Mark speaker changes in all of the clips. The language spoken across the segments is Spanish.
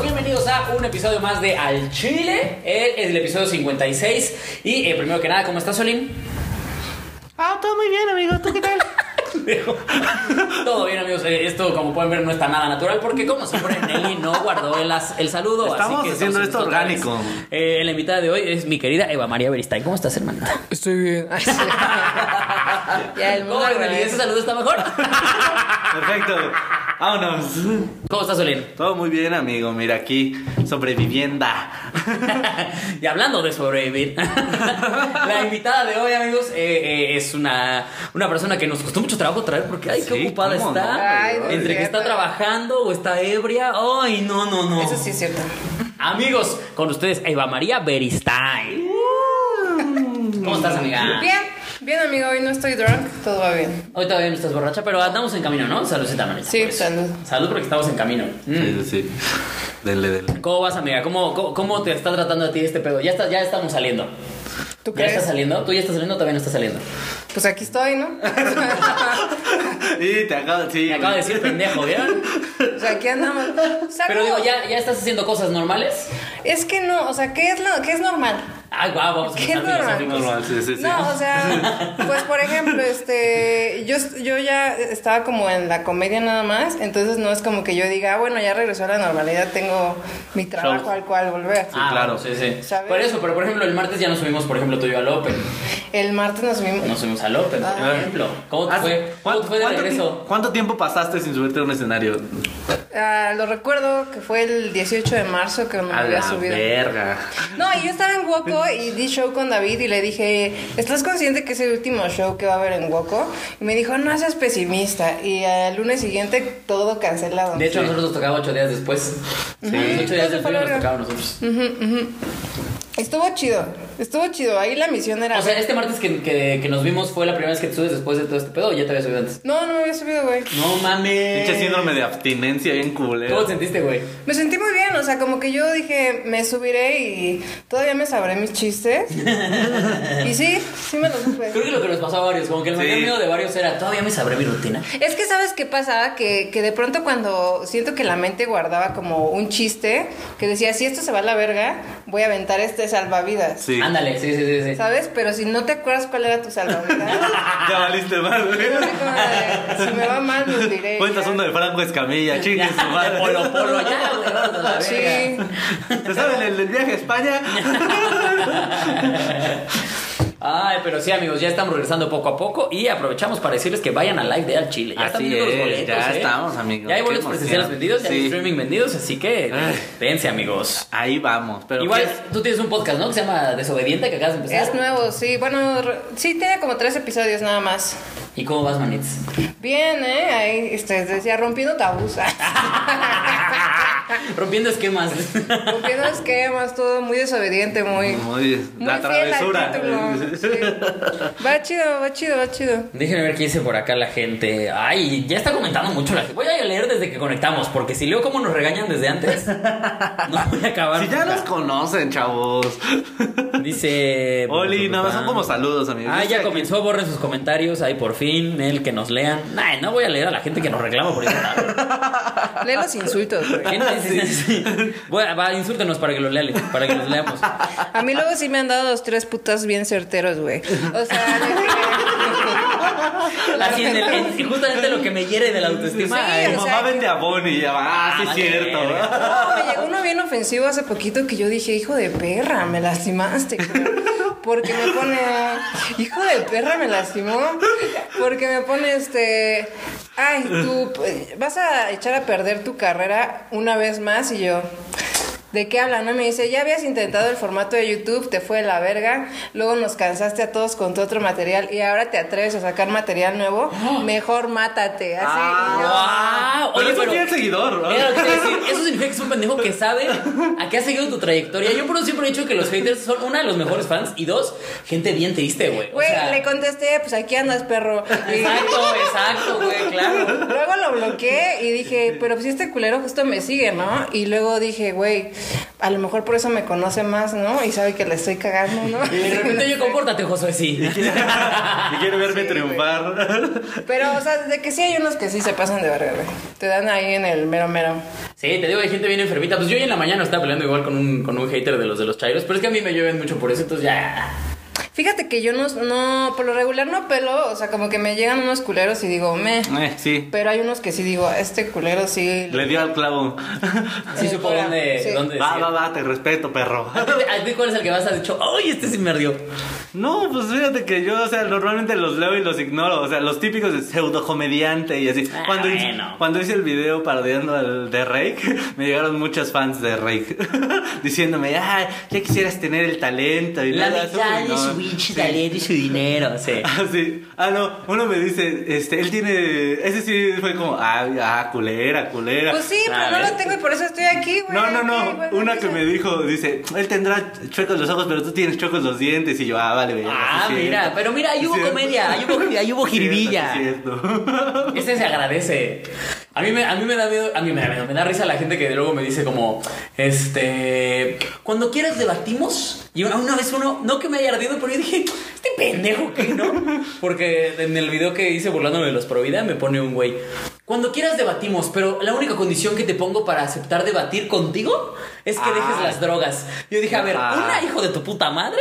Speaker 1: a un episodio más de Al Chile. Eh, Es el episodio 56. Y eh, primero que nada, ¿cómo estás, Solín?
Speaker 2: Ah, todo muy bien, amigo. ¿Tú qué tal?
Speaker 1: Todo bien, amigos. Eh, Esto, como pueden ver, no está nada natural porque, como siempre, Nelly no guardó el, as- el saludo.
Speaker 2: Estamos haciendo esto
Speaker 1: otra vez.
Speaker 2: orgánico.
Speaker 1: Eh, la invitada de hoy es mi querida Eva María Beristain. ¿Cómo estás, hermanita?
Speaker 3: Estoy bien. Ay, sí. ya, el mundo
Speaker 1: ¿Cómo en
Speaker 3: al
Speaker 1: realidad ese
Speaker 3: revés.
Speaker 1: saludo está mejor?
Speaker 2: Perfecto. Vámonos.
Speaker 1: ¿Cómo estás, Solín?
Speaker 2: Todo muy bien, amigo. Mira aquí, sobrevivienda.
Speaker 1: y hablando de sobrevivir, la invitada de hoy, amigos, eh, eh, es una, una persona que nos costó mucho trabajo traer porque, ay, qué
Speaker 2: Sí,
Speaker 1: ocupada
Speaker 2: cómo no,
Speaker 1: está.
Speaker 3: Ay, no es
Speaker 1: Entre que está
Speaker 3: cierto.
Speaker 1: trabajando o está ebria. Ay, no, no, no.
Speaker 3: Eso sí es cierto.
Speaker 1: Amigos, con ustedes, Eva María Beristain.
Speaker 2: Mm.
Speaker 1: ¿Cómo estás, amiga?
Speaker 3: Bien, bien, amigo. Hoy no estoy drunk. Todo va bien.
Speaker 1: Hoy todavía no estás borracha, pero andamos en camino, ¿no? Saludcita,
Speaker 2: Ah,
Speaker 1: manita.
Speaker 3: Sí,
Speaker 2: pues.
Speaker 3: salud.
Speaker 1: Salud porque estamos en camino. Mm.
Speaker 2: Sí, sí, sí. Dele, dele.
Speaker 1: ¿Cómo vas, amiga? ¿Cómo, cómo, cómo te está tratando a ti este pedo? Ya, está, ya estamos saliendo.
Speaker 3: ¿Tú
Speaker 1: ¿Ya estás
Speaker 3: crees?
Speaker 1: saliendo? ¿Tú ya estás saliendo o todavía no estás saliendo?
Speaker 3: Pues aquí estoy, ¿no?
Speaker 2: Y te acabo, sí,
Speaker 1: Me acaba de decir pendejo, ¿vieron?
Speaker 3: o sea, Pues aquí andamos. Saludos.
Speaker 1: Pero digo, ¿ya, ya estás haciendo cosas normales?
Speaker 3: Es que no, o sea, ¿qué es, lo, qué es normal?
Speaker 1: Ay, guau, vamos a
Speaker 3: ¿Qué
Speaker 1: empezar
Speaker 3: es normal?
Speaker 1: filosóficos.
Speaker 2: normal, sí, sí, sí.
Speaker 3: No, o sea, pues por ejemplo, este, yo, yo ya estaba como en la comedia nada más, entonces no es como que yo diga, ah, bueno, ya regresó a la normalidad, tengo mi trabajo
Speaker 2: Shows.
Speaker 3: al cual volver.
Speaker 1: Ah,
Speaker 2: claro.
Speaker 1: Sí, sí.
Speaker 3: ¿Sabes?
Speaker 1: Por eso, pero por ejemplo, el martes ya nos subimos, por ejemplo, tú y yo al Open.
Speaker 3: El martes nos vimos.
Speaker 1: Nos subimos al Open, por
Speaker 3: Ah.
Speaker 1: ejemplo. ¿Cómo te fue? ¿Cómo te fue de
Speaker 2: ¿Cuánto
Speaker 1: regreso?
Speaker 2: tiempo- ¿Cuánto tiempo pasaste sin subirte a un escenario?
Speaker 3: Ah, lo recuerdo que fue el 18 de marzo que me
Speaker 2: a
Speaker 3: había
Speaker 2: la
Speaker 3: subido.
Speaker 2: verga.
Speaker 3: No, y yo estaba en Woco y di show con David y le dije, ¿estás consciente que es el último show que va a haber en Woco? Y me dijo, no seas pesimista. Y al lunes siguiente todo cancelado.
Speaker 1: De hecho, a nosotros nos tocaba ocho días después. Sí. Ocho días
Speaker 3: Entonces
Speaker 1: después
Speaker 3: fue
Speaker 1: nos
Speaker 3: larga.
Speaker 1: tocaba a nosotros.
Speaker 3: Estuvo chido, estuvo chido. Ahí la misión era...
Speaker 1: O sea, este martes que, que, que nos vimos fue la primera vez que te subes después de todo este pedo o ya te había subido antes.
Speaker 3: No, no me había subido, güey.
Speaker 1: No mames.
Speaker 3: Eh.
Speaker 2: Pinche síndrome de abstinencia bien
Speaker 1: ¿Cómo
Speaker 2: culero.
Speaker 1: te sentiste, güey?
Speaker 3: Me sentí muy bien, o sea, como que yo dije, me subiré y todavía me sabré mis chistes. y sí, sí me los supe.
Speaker 1: Creo que lo que nos pasó a varios, como que el
Speaker 2: Sí.
Speaker 1: mayor miedo de varios era, todavía me sabré mi rutina.
Speaker 3: Es que sabes qué pasaba, que, que de pronto cuando siento que la mente guardaba como un chiste, que decía, si esto se va a la verga, voy a aventar este salvavidas.
Speaker 2: Sí.
Speaker 1: Ándale, sí, sí, sí, sí.
Speaker 3: ¿Sabes? Pero si no te acuerdas cuál era tu salvavidas,
Speaker 2: Ya valiste mal, güey.
Speaker 3: yo así como de, si me va mal, me hundiré.
Speaker 2: Cuentas
Speaker 3: ya.
Speaker 2: uno de Franco Escamilla, chingue
Speaker 1: Ya,
Speaker 2: su madre.
Speaker 1: de polo, polo, ya, güey, vamos a la
Speaker 3: Sí.
Speaker 1: verga.
Speaker 2: ¿Te saben el del viaje a España?
Speaker 1: Ay, pero sí, amigos, ya estamos regresando poco a poco y aprovechamos para decirles que vayan al live de Al Chile. Ya están
Speaker 2: Así
Speaker 1: viendo los
Speaker 2: es,
Speaker 1: boletos.
Speaker 2: ya
Speaker 1: ¿eh?
Speaker 2: estamos, amigos,
Speaker 1: Ya hay
Speaker 2: qué
Speaker 1: boletos presenciales
Speaker 2: emoción.
Speaker 1: vendidos, ya hay
Speaker 2: Sí.
Speaker 1: streaming vendidos, así que
Speaker 2: Ay.
Speaker 1: vence, amigos.
Speaker 2: Ahí vamos. Pero
Speaker 1: Igual
Speaker 2: ¿qué-
Speaker 1: tú tienes un podcast, ¿no? Que se llama Desobediente, que acabas de empezar.
Speaker 3: Es nuevo, sí. Bueno, re- sí, tiene como tres episodios nada más.
Speaker 1: ¿Y cómo vas, manits?
Speaker 3: Bien, ¿eh? Ahí, este, decía, rompiendo tabús.
Speaker 1: Rompiendo esquemas.
Speaker 3: rompiendo esquemas, todo muy desobediente, muy...
Speaker 2: Muy-
Speaker 3: Muy
Speaker 2: la
Speaker 3: fiel al
Speaker 2: travesura.
Speaker 3: título, sí. Va chido, va chido, va chido.
Speaker 1: Déjenme ver qué dice por acá la gente. Ay, ya está comentando mucho la gente. Voy a leer desde que conectamos, porque si leo cómo nos regañan desde antes, no voy a acabar.
Speaker 2: Si ya
Speaker 1: nunca.
Speaker 2: los conocen, chavos.
Speaker 1: Dice.
Speaker 2: Oli, nada más son como saludos, amigos.
Speaker 1: Eh, Ah, ya
Speaker 2: Aquí-
Speaker 1: comenzó, borren sus comentarios. Ahí por fin, el que nos lean. Ay, no voy a leer a la gente que nos reclama por insultar.
Speaker 3: Lee los insultos, güey.
Speaker 1: ¿Quién dice? Bueno, va, insúltenos para que los leale, para que los leamos.
Speaker 3: A mí luego sí me han dado los tres putas bien certeros, güey. O sea, de que-
Speaker 1: Así en el- en- justamente lo que me hiere de la autoestima.
Speaker 3: Sí,
Speaker 1: es-
Speaker 2: Tu
Speaker 3: o
Speaker 2: mamá
Speaker 3: sea,
Speaker 2: vende a Bonnie y ya va. Ah, sí,
Speaker 1: Ah,
Speaker 2: es
Speaker 1: vale,
Speaker 2: cierto.
Speaker 1: verga.
Speaker 3: No, me llegó uno bien ofensivo hace poquito que yo dije, hijo de perra, me lastimaste. cabrón". Porque me pone, hijo de perra, me lastimó. Porque me pone este, ay, tú pues, vas a echar a perder tu carrera una vez más y yo. ¿De qué habla? No me dice, ya habías intentado el formato de YouTube, te fue de la verga, luego nos cansaste a todos con tu otro material y ahora te atreves a sacar material nuevo, mejor mátate. Así, y yo,
Speaker 2: Ah,
Speaker 1: ¡Guau!
Speaker 2: Pero
Speaker 1: Oye,
Speaker 2: eso
Speaker 1: pero-
Speaker 2: tiene el seguidor. ¿no?
Speaker 1: Era lo que te iba a decir. Eso significa que es un pendejo que sabe a qué ha seguido tu trayectoria. Yo por eso siempre he dicho que los haters son una de los mejores fans y dos, gente bien triste, güey. O
Speaker 3: Güey,
Speaker 1: sea,
Speaker 3: le contesté, pues aquí andas, perro. Y
Speaker 1: Exacto, exacto, güey, claro.
Speaker 3: pues, luego lo bloqueé y dije, pero si este culero justo me sigue, ¿no? Y luego dije, güey, a lo mejor por eso me conoce más, ¿no? Y sabe que le estoy cagando, ¿no?
Speaker 1: Y de repente yo compórtate, Josué, sí.
Speaker 2: Y quiero verme
Speaker 3: Sí,
Speaker 2: triunfar.
Speaker 3: Pero, o sea, de que sí hay unos que sí se pasan de verga, güey. Te dan ahí en el mero mero.
Speaker 1: Sí, te digo, hay gente bien enfermita. Pues yo hoy en la mañana estaba peleando igual con un, con un hater de los de los chairos, pero es que a mí me llueven mucho por eso, entonces ya.
Speaker 3: Fíjate que yo no, no, por lo regular no pelo, o sea, como que me llegan unos culeros y digo, me.
Speaker 2: Eh, sí,
Speaker 3: Pero hay unos que sí digo, este culero sí.
Speaker 2: le dio al clavo.
Speaker 1: Sí, supo
Speaker 3: fuera.
Speaker 1: dónde,
Speaker 3: Sí.
Speaker 1: dónde
Speaker 2: Va,
Speaker 1: decir. Ah,
Speaker 2: va, va, te respeto, perro.
Speaker 1: ¿A ti- ¿A ti cuál es el que más has dicho? ¡Ay, este sí me ardió!
Speaker 2: No, pues fíjate que yo, o sea, normalmente los leo y los ignoro. O sea, los típicos de pseudo comediante y así.
Speaker 1: Ah,
Speaker 2: Cuando, hice-
Speaker 1: bueno.
Speaker 2: cuando hice el video parodiando al de Rake, me llegaron muchas fans de Rake diciéndome, ah, ya quisieras tener el talento y
Speaker 1: La
Speaker 2: nada, eso,
Speaker 1: mitad de
Speaker 2: no".
Speaker 1: su pinche
Speaker 2: Sí.
Speaker 1: talento y su dinero, sí.
Speaker 2: Ah, sí. Ah, no, uno me dice, este, él tiene. Ese sí fue como, ah, ah culera, culera.
Speaker 3: Pues sí,
Speaker 1: Ah,
Speaker 3: pero no
Speaker 1: ¿ves?
Speaker 3: lo tengo y por eso estoy aquí, güey.
Speaker 2: No, no,
Speaker 3: Ok,
Speaker 2: no.
Speaker 3: igual
Speaker 2: Una
Speaker 1: pues
Speaker 3: no
Speaker 2: que
Speaker 3: sé.
Speaker 2: me dijo, dice, él tendrá chuecos los ojos, pero tú tienes chuecos los dientes. Y yo, ah, vale, verga,
Speaker 1: Ah,
Speaker 2: sí es
Speaker 1: mira,
Speaker 2: cierto.
Speaker 1: pero mira, ahí
Speaker 2: Sí es
Speaker 1: hubo
Speaker 2: cierto.
Speaker 1: comedia, ahí hubo, ahí hubo
Speaker 2: Sí es cierto,
Speaker 1: jiribilla.
Speaker 2: sí es cierto.
Speaker 1: Ese se agradece. A mí, me, a mí me da miedo, a mí me da miedo, me da risa la gente que luego me dice como, este, cuando quieras debatimos. Y una, una vez uno, no que me haya ardido, pero yo dije, este pendejo que no. Porque en el video que hice burlándome de los Provida me pone un güey, cuando quieras debatimos, pero la única condición que te pongo para aceptar debatir contigo es que dejes
Speaker 2: Ah.
Speaker 1: las drogas. Yo dije, a ver,
Speaker 2: Ah.
Speaker 1: una hijo de tu puta madre.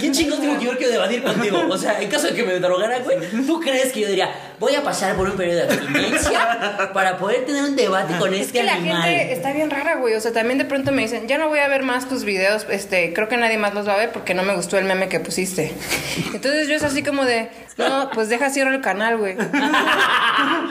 Speaker 1: ¿Quién chingos dijo que yo quiero debatir contigo? O sea, en caso de que me drogara, güey, ¿tú crees que yo diría, voy a pasar por un periodo de abstinencia para poder tener un debate con
Speaker 3: Es
Speaker 1: este
Speaker 3: que la
Speaker 1: animal?
Speaker 3: gente está bien rara, güey. O sea, también de pronto me dicen, ya no voy a ver más tus videos. Este, creo que nadie más los va a ver porque no me gustó el meme que pusiste. Entonces yo es así como de, no, pues deja cierro el canal, güey. No, ya.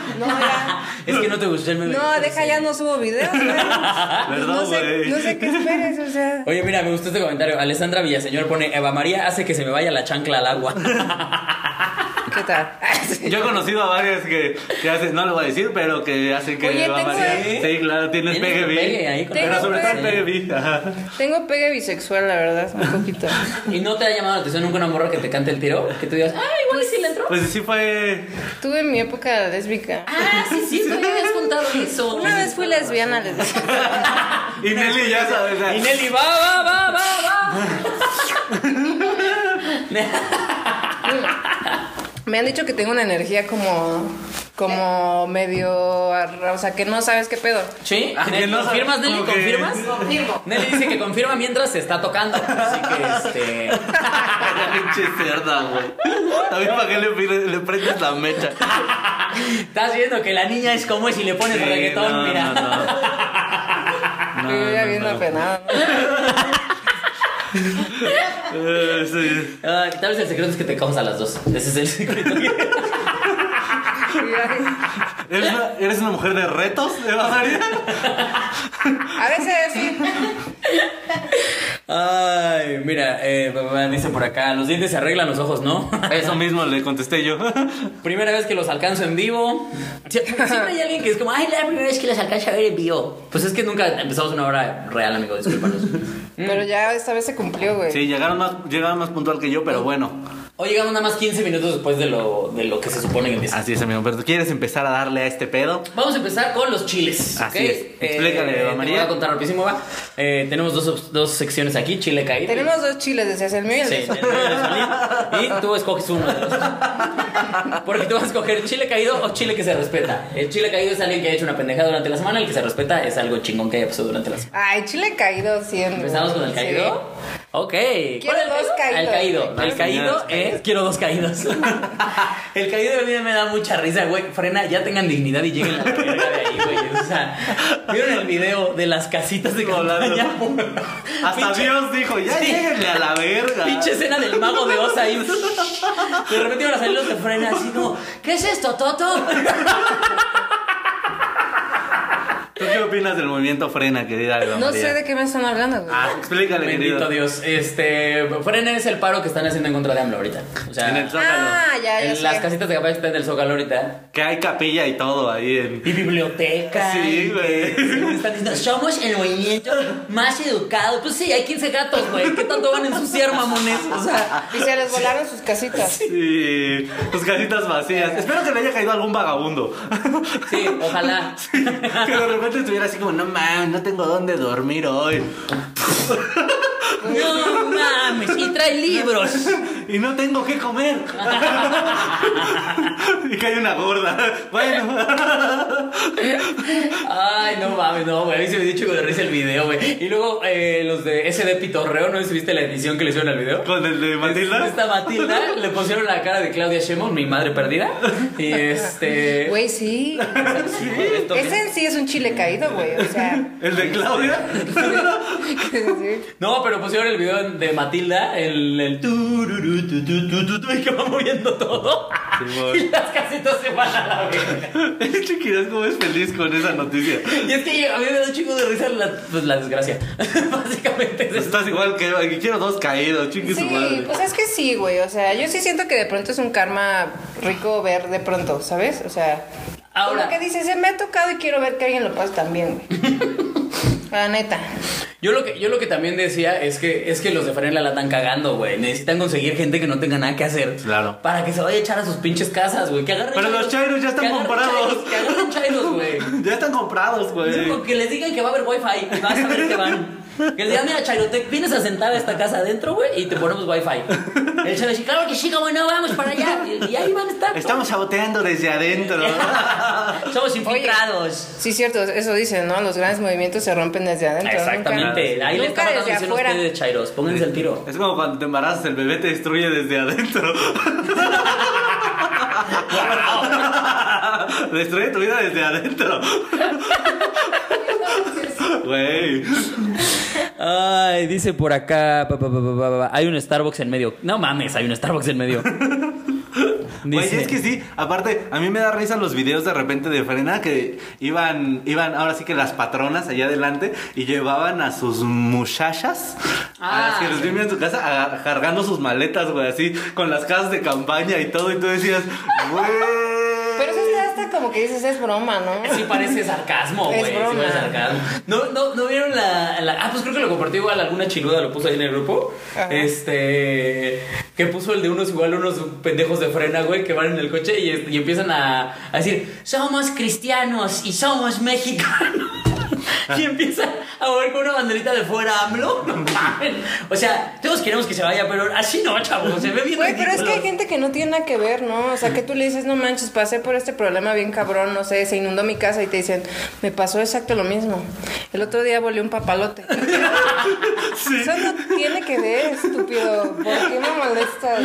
Speaker 1: Es que no te gustó el meme.
Speaker 3: No, deja ya no subo videos, güey.
Speaker 2: ¿Verdad,
Speaker 3: No sé,
Speaker 2: güey?
Speaker 3: no sé qué esperes, o sea.
Speaker 1: Oye, mira, me gustó este comentario. Alessandra Villaseñor pone, Eva María hace que se me vaya la chancla al agua.
Speaker 3: ¿Qué tal?
Speaker 2: Yo he conocido a varias que, que hacen, no lo voy a decir, pero que hacen que
Speaker 3: Oye,
Speaker 2: va
Speaker 3: tengo-
Speaker 2: variando. Sí, claro, tienes
Speaker 1: Tienes
Speaker 2: pegue
Speaker 1: tu
Speaker 2: bien.
Speaker 1: pegue ahí con-
Speaker 2: Pero
Speaker 3: Tengo
Speaker 2: sobre todo el
Speaker 3: pegue.
Speaker 2: pegue bien. ajá.
Speaker 3: Tengo pegue bisexual, la verdad, un poquito.
Speaker 1: ¿Y no te ha llamado la atención nunca una morra que te cante el tiro? Que tú digas, ah, igual y sí le entró.
Speaker 2: Pues sí fue.
Speaker 3: Tuve mi época lésbica.
Speaker 1: Ah, sí, sí, tú me habías contado eso.
Speaker 3: Una vez fui lesbiana, les dije.
Speaker 1: Ah,
Speaker 2: Y Nelly ya sabes. la-
Speaker 1: Y Nelly, va, va, va, va, va.
Speaker 3: Me han dicho que tengo una energía como. como medio. arra- O sea, que no sabes qué pedo.
Speaker 1: ¿Sí?
Speaker 2: Ah, que
Speaker 1: Nelly,
Speaker 2: no sabe-
Speaker 1: ¿Confirmas, Nelly?
Speaker 2: como que-
Speaker 1: ¿Confirmas?
Speaker 3: Confirmo.
Speaker 1: Nelly dice que confirma mientras se está tocando. Así que, este.
Speaker 2: La pinche cerda, güey. También para que le, pide- le prendes la mecha.
Speaker 1: Estás viendo que la niña es como es y le pones
Speaker 2: Sí,
Speaker 1: reggaetón,
Speaker 2: no,
Speaker 1: mira.
Speaker 2: no, no. No,
Speaker 3: yo ya
Speaker 2: no,
Speaker 3: bien
Speaker 2: no.
Speaker 3: apenada, ¿no?
Speaker 2: Eh, sí.
Speaker 1: Ah, tal vez el secreto es que te cojas a las dos. Ese es el secreto.
Speaker 3: Y yo-
Speaker 2: ¿Eres una, eres una mujer de retos, Eva María?
Speaker 3: A veces sí.
Speaker 1: Ay, mira, eh, papá dice por acá: los dientes se arreglan, los ojos no.
Speaker 2: Eso mismo le contesté yo.
Speaker 1: Primera vez que los alcanzo en vivo. Sie- Siempre hay alguien que es como, ay, la primera vez que los alcanzo a ver en vivo. Pues es que nunca empezamos una hora real, amigo, discúlpanos.
Speaker 3: Pero ya esta vez se cumplió, güey.
Speaker 2: Sí, llegaron más, llegaron más puntual que yo, pero bueno.
Speaker 1: Hoy llegamos nada más 15 minutos después de lo, de lo que se supone que empieza.
Speaker 2: Así es, amigo. Pero ¿tú quieres empezar a darle a este pedo?
Speaker 1: Vamos a empezar con los chiles.
Speaker 2: Así
Speaker 1: ¿ok? Eh,
Speaker 2: es. Explícale, Eva
Speaker 1: te
Speaker 2: María.
Speaker 1: Voy a contar rapidísimo, va. Eh, tenemos dos, dos secciones aquí, chile caído.
Speaker 3: Tenemos dos chiles, decías el mío y el
Speaker 1: Sí,
Speaker 3: de-
Speaker 1: del medio de salir. y tú escoges uno de los dos. Porque tú vas a escoger chile caído o chile que se respeta. El chile caído es alguien que ha hecho una pendejada durante la semana, el que se respeta es algo chingón que haya pasado durante la semana.
Speaker 3: Ay, chile caído siempre.
Speaker 1: Empezamos con el caído. Ok. ¿Cuál es el
Speaker 3: dos
Speaker 1: caído? El
Speaker 3: caídos.
Speaker 1: caído. El
Speaker 2: Quiero
Speaker 1: caído
Speaker 2: dos
Speaker 1: es. Quiero dos caídos. el caído de mí me da mucha risa, güey. Frena, ya tengan dignidad y lleguen a la verga de ahí, güey. O sea, ¿vieron el video de las casitas de
Speaker 2: Volando.
Speaker 1: campaña?
Speaker 2: Hasta
Speaker 1: Pinche-
Speaker 2: Dios dijo, ya
Speaker 1: Sí.
Speaker 2: lléguenle a la verga.
Speaker 1: Pinche escena del mago de Oz ahí. De repente iban a salir los de frena así como, ¿qué es esto, Toto?
Speaker 2: ¿Tú qué opinas del movimiento frena, querida Eva
Speaker 3: No
Speaker 2: María?
Speaker 3: sé de qué me están hablando, güey.
Speaker 2: Ah, explícale,
Speaker 1: Bendito
Speaker 2: querido.
Speaker 1: Dios. Este, frena es el paro que están haciendo en contra de AMLO ahorita. O sea,
Speaker 2: En el Zócalo.
Speaker 3: Ah, ya, ya.
Speaker 1: en
Speaker 3: sé.
Speaker 1: las casitas de campaña que están del Zócalo ahorita.
Speaker 2: Que hay capilla y todo ahí en...
Speaker 1: Y biblioteca.
Speaker 2: Sí,
Speaker 1: y que,
Speaker 2: güey.
Speaker 1: según Están diciendo, somos el movimiento más educado. Pues sí, hay 15 gatos, güey. ¿Qué tanto van a ensuciar, mamones? O sea,
Speaker 3: Y se les volaron sus casitas.
Speaker 2: Sí, tus casitas vacías. Espero que le haya caído algún vagabundo.
Speaker 1: sí, ojalá.
Speaker 2: que de repente momento estuviera así como, no mames, no tengo dónde dormir hoy.
Speaker 1: No mames, y trae libros.
Speaker 2: Y no tengo qué comer. y cae una gorda. Bueno.
Speaker 1: Ay, no mames, no, güey. A mí se me dio chico de risa el video, güey. Y luego eh, los de SD Pitorreo, ¿no viste la edición que le hicieron al video?
Speaker 2: Con el de Matilda.
Speaker 1: Esta Matilda le pusieron la cara de Claudia Sheinbaum, mi madre perdida. Y este.
Speaker 3: Güey, sí. Ese en sí es un chile caído, güey. O sea,
Speaker 2: El de Claudia.
Speaker 3: sí.
Speaker 1: No, pero pusieron el video de Matilda, el, el tururú, tu, tu, tu, tu, tu, y que va moviendo todo.
Speaker 2: Simón.
Speaker 1: y las casitas se van a la verga.
Speaker 2: Es Chiquirás Este como es feliz con esa noticia.
Speaker 1: Y es que yo- a mí me da un chingo de risa la, pues, la desgracia. Básicamente es eso.
Speaker 2: Estás igual que aquí quiero dos caídos, chingue su
Speaker 3: Sí,
Speaker 2: madre.
Speaker 3: pues es que sí, güey. O sea, yo sí siento que de pronto es un karma rico ver de pronto, ¿sabes? O sea,
Speaker 1: Ahora.
Speaker 3: como que dices, "Eh, me ha tocado y quiero ver que alguien lo pase también, güey. La neta.
Speaker 1: Yo lo que, yo lo que también decía es que, es que los de Franela la están cagando, güey. Necesitan conseguir gente que no tenga nada que hacer.
Speaker 2: Claro.
Speaker 1: Para que se vaya a echar a sus pinches casas, güey. Que agarren
Speaker 2: Pero los chairos ya están
Speaker 1: que agarren
Speaker 2: comprados.
Speaker 1: chairos, Que agarren chairos, güey.
Speaker 2: Ya están comprados, güey.
Speaker 1: Con Que les digan que va a haber wifi y vas a ver que van. Que le digan, mira, Chairotec, vienes a sentar a esta casa adentro, güey, y te ponemos wifi. El chavo dice, claro que sí, cómo no, vamos para allá. Y, y ahí van a estar.
Speaker 2: Estamos saboteando desde adentro.
Speaker 1: Somos infiltrados.
Speaker 3: Sí, cierto, eso dicen, ¿no? Los grandes movimientos se rompen desde adentro. nunca-
Speaker 1: Exactamente. Ahí le
Speaker 3: nunca
Speaker 1: estamos dando
Speaker 3: desde
Speaker 1: misión a
Speaker 3: afuera.
Speaker 1: ustedes, Chairos. Pónganse el tiro.
Speaker 2: Es como cuando te embarazas, el bebé te destruye desde adentro. destruye tu vida desde adentro. Güey.
Speaker 1: Ay, dice por acá. pa, pa, pa, pa, pa, pa, hay un Starbucks en medio. No mames, hay un Starbucks en medio.
Speaker 2: Güey, es que sí, aparte, a mí me da risa los videos de repente de Frena que iban, iban, ahora sí que las patronas allá adelante y llevaban a sus muchachas, a las
Speaker 1: Ah,
Speaker 2: que les viven en su casa, agar- cargando sus maletas, güey, así, con las casas de campaña y todo, y tú decías, güey.
Speaker 3: Pero eso está hasta como que dices, es broma, ¿no?
Speaker 1: Sí parece sarcasmo, güey.
Speaker 3: Es
Speaker 1: Sí
Speaker 3: broma.
Speaker 1: parece sarcasmo. No, no, no vieron la, la- Ah, pues creo que lo compartió igual alguna chiluda, lo puso ahí en el grupo.
Speaker 3: Ajá.
Speaker 1: Este. Que puso el de unos igual, unos pendejos de frena, güey, que van en el coche y, y empiezan a, a decir: Somos cristianos y somos mexicanos. Y empieza a mover con una banderita de fuera AMLO. No mames. O sea, todos queremos que se vaya, pero así no, chavos. Se ve bien
Speaker 3: Güey, pero es que hay
Speaker 1: ridículo.
Speaker 3: gente que no tiene nada que ver, ¿no? O sea, que tú le dices, no manches, pasé por este problema bien cabrón, no sé, se inundó mi casa y te dicen, me pasó exacto lo mismo. El otro día volé un papalote. Eso no tiene que ver, estúpido. ¿Por qué me molestas?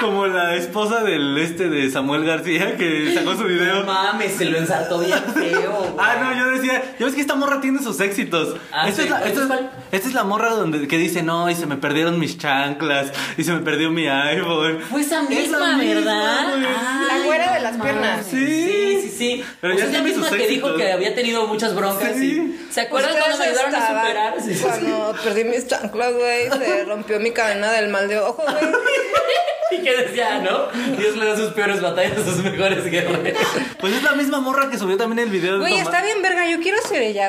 Speaker 2: Como la esposa del este de Samuel García que sacó su
Speaker 1: No
Speaker 2: video.
Speaker 1: mames, se lo ensartó bien feo. güey.
Speaker 2: Ah, no, yo decía, yo es que esta morra tiene sus éxitos.
Speaker 1: Ah,
Speaker 2: esta,
Speaker 1: sí,
Speaker 2: es la,
Speaker 1: ¿cuál
Speaker 2: esta
Speaker 1: es
Speaker 2: es-
Speaker 1: cuál?
Speaker 2: esta es la morra donde que dice, no, y se me perdieron mis chanclas, y se me perdió mi iPhone.
Speaker 1: Fue esa
Speaker 2: Es la
Speaker 1: misma,
Speaker 2: misma,
Speaker 1: ¿verdad?
Speaker 2: güey.
Speaker 3: La
Speaker 1: Ay,
Speaker 3: güera de
Speaker 1: no
Speaker 3: las piernas.
Speaker 1: Sí, sí, sí.
Speaker 2: Pero
Speaker 1: O
Speaker 2: ya
Speaker 1: sea, es la
Speaker 2: tiene
Speaker 1: misma
Speaker 2: sus
Speaker 1: que dijo
Speaker 2: éxitos.
Speaker 1: que había tenido muchas broncas.
Speaker 2: Sí.
Speaker 1: y- ¿Se acuerdan cuando me
Speaker 3: Ustedes
Speaker 1: ayudaron a
Speaker 3: estaban
Speaker 1: superar? Sí, sí, sí.
Speaker 3: Cuando perdí mis chanclas, güey, se rompió mi cadena del mal de ojo, güey.
Speaker 1: Y que decía, ¿no? Dios le da sus peores batallas a sus mejores guerreros.
Speaker 2: Pues es la misma morra que subió también el video de
Speaker 3: Güey,
Speaker 2: Tomás,
Speaker 3: está bien verga, yo quiero ser ella,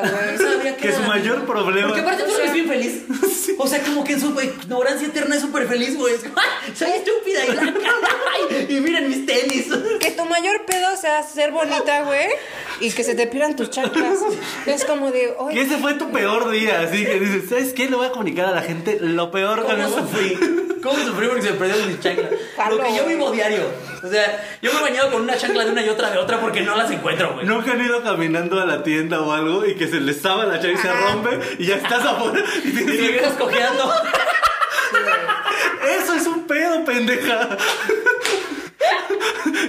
Speaker 3: güey.
Speaker 2: Que su mayor problema.
Speaker 1: Porque aparte tú lo ves bien feliz. O sea, como que en su ignorancia eterna es súper feliz, güey. Es como, "Ah, Soy estúpida y blanca. Ay, Y miren mis tenis.
Speaker 3: Que tu mayor pedo sea ser bonita, güey, y que se te pierdan tus chanclas. Es como de,
Speaker 2: Que
Speaker 3: oye,
Speaker 2: ese fue tu peor día, así que dices, ¿sabes qué? Le voy a comunicar a la gente lo peor que me
Speaker 1: ¿Cómo sufrí? ¿Cómo sufrí porque se me perdieron mis chanclas? Lo que yo vivo diario. O sea, yo me he bañado con una chancla de una y otra de otra porque no las encuentro, güey.
Speaker 2: Nunca han ido caminando a la tienda o algo y que se les estaba la chave y se
Speaker 3: Ajá.
Speaker 2: rompe y ya estás afuera. Y
Speaker 1: Y
Speaker 2: dices,
Speaker 1: me quedas cojeando.
Speaker 2: Eso es un pedo, pendeja.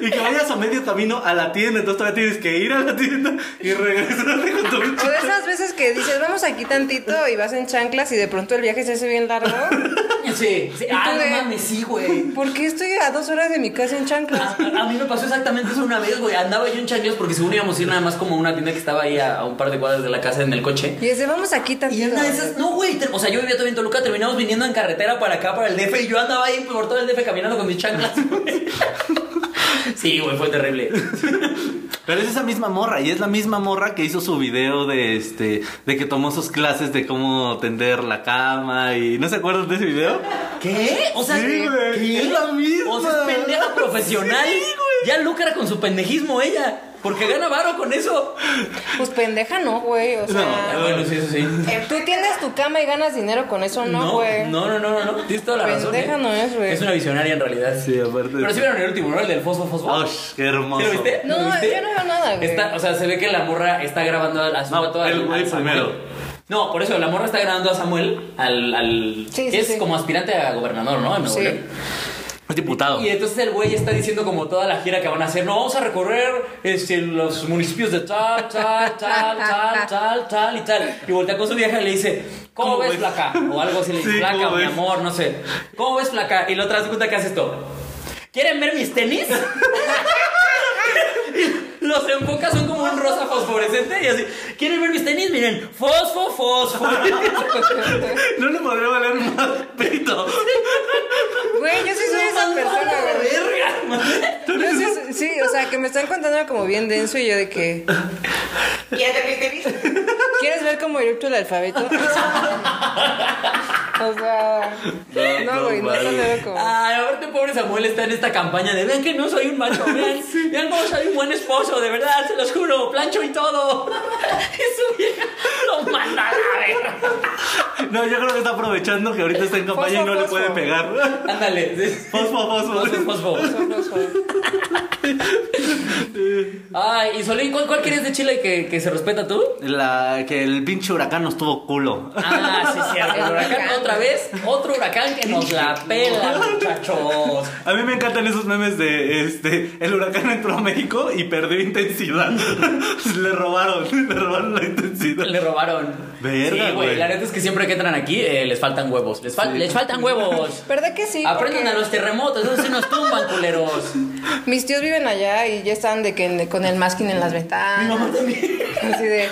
Speaker 2: Y que vayas a medio camino a la tienda, entonces todavía tienes que ir a la tienda y regresarte con tu
Speaker 3: o
Speaker 2: pinche-
Speaker 3: de esas veces que dices, vamos aquí tantito y vas en chanclas y de pronto el viaje se hace bien largo.
Speaker 1: Sí, sí. Ah, no mames, sí, güey.
Speaker 3: ¿Por qué estoy a dos horas de mi casa en chanclas?
Speaker 1: A, a mí me pasó exactamente eso una vez, güey. Andaba yo en chanclas porque según íbamos a ir nada más como a una tienda que estaba ahí a, a un par de cuadras de la casa en el coche.
Speaker 3: Y es de, vamos
Speaker 1: Y
Speaker 3: aquí
Speaker 1: en
Speaker 3: tantito.
Speaker 1: una de esas, no, güey. te- O sea, yo vivía todavía en Toluca, terminamos viniendo en carretera para acá, para el DF, y yo andaba ahí por todo el DF caminando con mis chanclas, güey. Sí, güey, fue terrible.
Speaker 2: Pero es esa misma morra, y es la misma morra que hizo su video de este, de que tomó sus clases de cómo tender la cama y ¿no se acuerdan de ese video?
Speaker 1: ¿Qué? O sea,
Speaker 2: Sí, güey,
Speaker 1: ¿qué?
Speaker 2: es la misma.
Speaker 1: O sea, es pendeja profesional.
Speaker 2: Sí, güey.
Speaker 1: Ya lucra con su pendejismo ella. Porque gana varo con eso.
Speaker 3: Pues pendeja no, güey. O sea.
Speaker 1: Ah, bueno, sí, eso sí.
Speaker 3: Tú tienes tu cama y ganas dinero con eso, Ah, no, güey.
Speaker 1: no, no, no, no, no. Tienes toda la razón.
Speaker 3: Pendeja
Speaker 1: ¿eh?
Speaker 3: no es, güey.
Speaker 1: Es una visionaria en realidad.
Speaker 2: Sí, aparte.
Speaker 1: Pero sí vieron el último, ¿no? El del fosfo, fosfo.
Speaker 2: Ush, qué hermoso.
Speaker 1: ¿Sí lo viste?
Speaker 3: No,
Speaker 1: ¿Lo viste?
Speaker 3: yo no veo nada, güey.
Speaker 1: Está- o sea, se ve que la morra está grabando a, a su
Speaker 2: No,
Speaker 1: a toda-
Speaker 2: el güey
Speaker 1: a Samuel.
Speaker 2: primero.
Speaker 1: No, por eso, la morra está grabando a Samuel, al. al
Speaker 3: Sí,
Speaker 1: que
Speaker 3: sí,
Speaker 1: es
Speaker 3: sí.
Speaker 1: como aspirante a gobernador, ¿no? En Nuevo
Speaker 3: Sí.
Speaker 1: León.
Speaker 2: Es diputado.
Speaker 1: Y entonces el güey está diciendo como toda la gira que van a hacer, no, vamos a recorrer este, los municipios de tal, tal, tal, tal, tal, tal y tal. Y voltea con su vieja y le dice, ¿cómo,
Speaker 2: ¿Cómo
Speaker 1: ves,
Speaker 2: ves?
Speaker 1: flaca? O algo así le dice,
Speaker 2: Sí,
Speaker 1: flaca,
Speaker 2: ¿cómo
Speaker 1: mi
Speaker 2: ves?
Speaker 1: amor, no sé. ¿Cómo ves, flaca? Y la otra se cuenta que hace esto. ¿Quieren ver mis tenis? Los enfoca, son como un rosa fosforescente y así. ¿Quieren ver mis tenis? Miren, fosfo, fosfo.
Speaker 2: No le podría valer más pito.
Speaker 3: Güey, yo sí soy esa persona, güey.
Speaker 1: Verga.
Speaker 3: Yo sí, soy- sí, o sea, que me están contando como bien denso y yo de que.
Speaker 4: ¿Ya te viste, viste?
Speaker 3: ¿Quieres ver cómo eructo el alfabeto? O sea. No, güey, no, no, le veo como.
Speaker 1: Ay, aparte, pobre Samuel está en esta campaña de vean que no soy un macho, vean, vean cómo soy un buen esposo, de verdad, se los juro, plancho y todo. Y su vieja lo manda a la verga.
Speaker 2: No, yo creo que está aprovechando que ahorita está en campaña y no le
Speaker 3: Fosfo,
Speaker 2: puede
Speaker 3: fosfo.
Speaker 2: pegar.
Speaker 1: Ándale.
Speaker 2: Fosfo, fosfo.
Speaker 1: Fosfo, fosfo. Ay, y Solín, ¿cuál, cuál quieres de Chile que, que se respeta tú?
Speaker 2: La, que el pinche huracán nos tuvo culo.
Speaker 1: Ah, sí, sí, el huracán otra vez, otro huracán que nos la pela, muchachos.
Speaker 2: A mí me encantan esos memes de este. El huracán entró a México y perdió intensidad. le robaron, le robaron la intensidad.
Speaker 1: Le robaron.
Speaker 2: Verga,
Speaker 1: sí,
Speaker 2: güey.
Speaker 1: güey. La neta es que siempre que entran aquí eh, les faltan huevos. Les, fal-
Speaker 2: Sí.
Speaker 1: les faltan huevos.
Speaker 3: ¿Verdad que sí?
Speaker 1: Aprendan a
Speaker 3: Porque
Speaker 1: los terremotos, esos sí nos tumban, culeros.
Speaker 3: Mis tíos viven allá y ya están de que en- con el masking en las ventanas. Mi mamá también. Así de.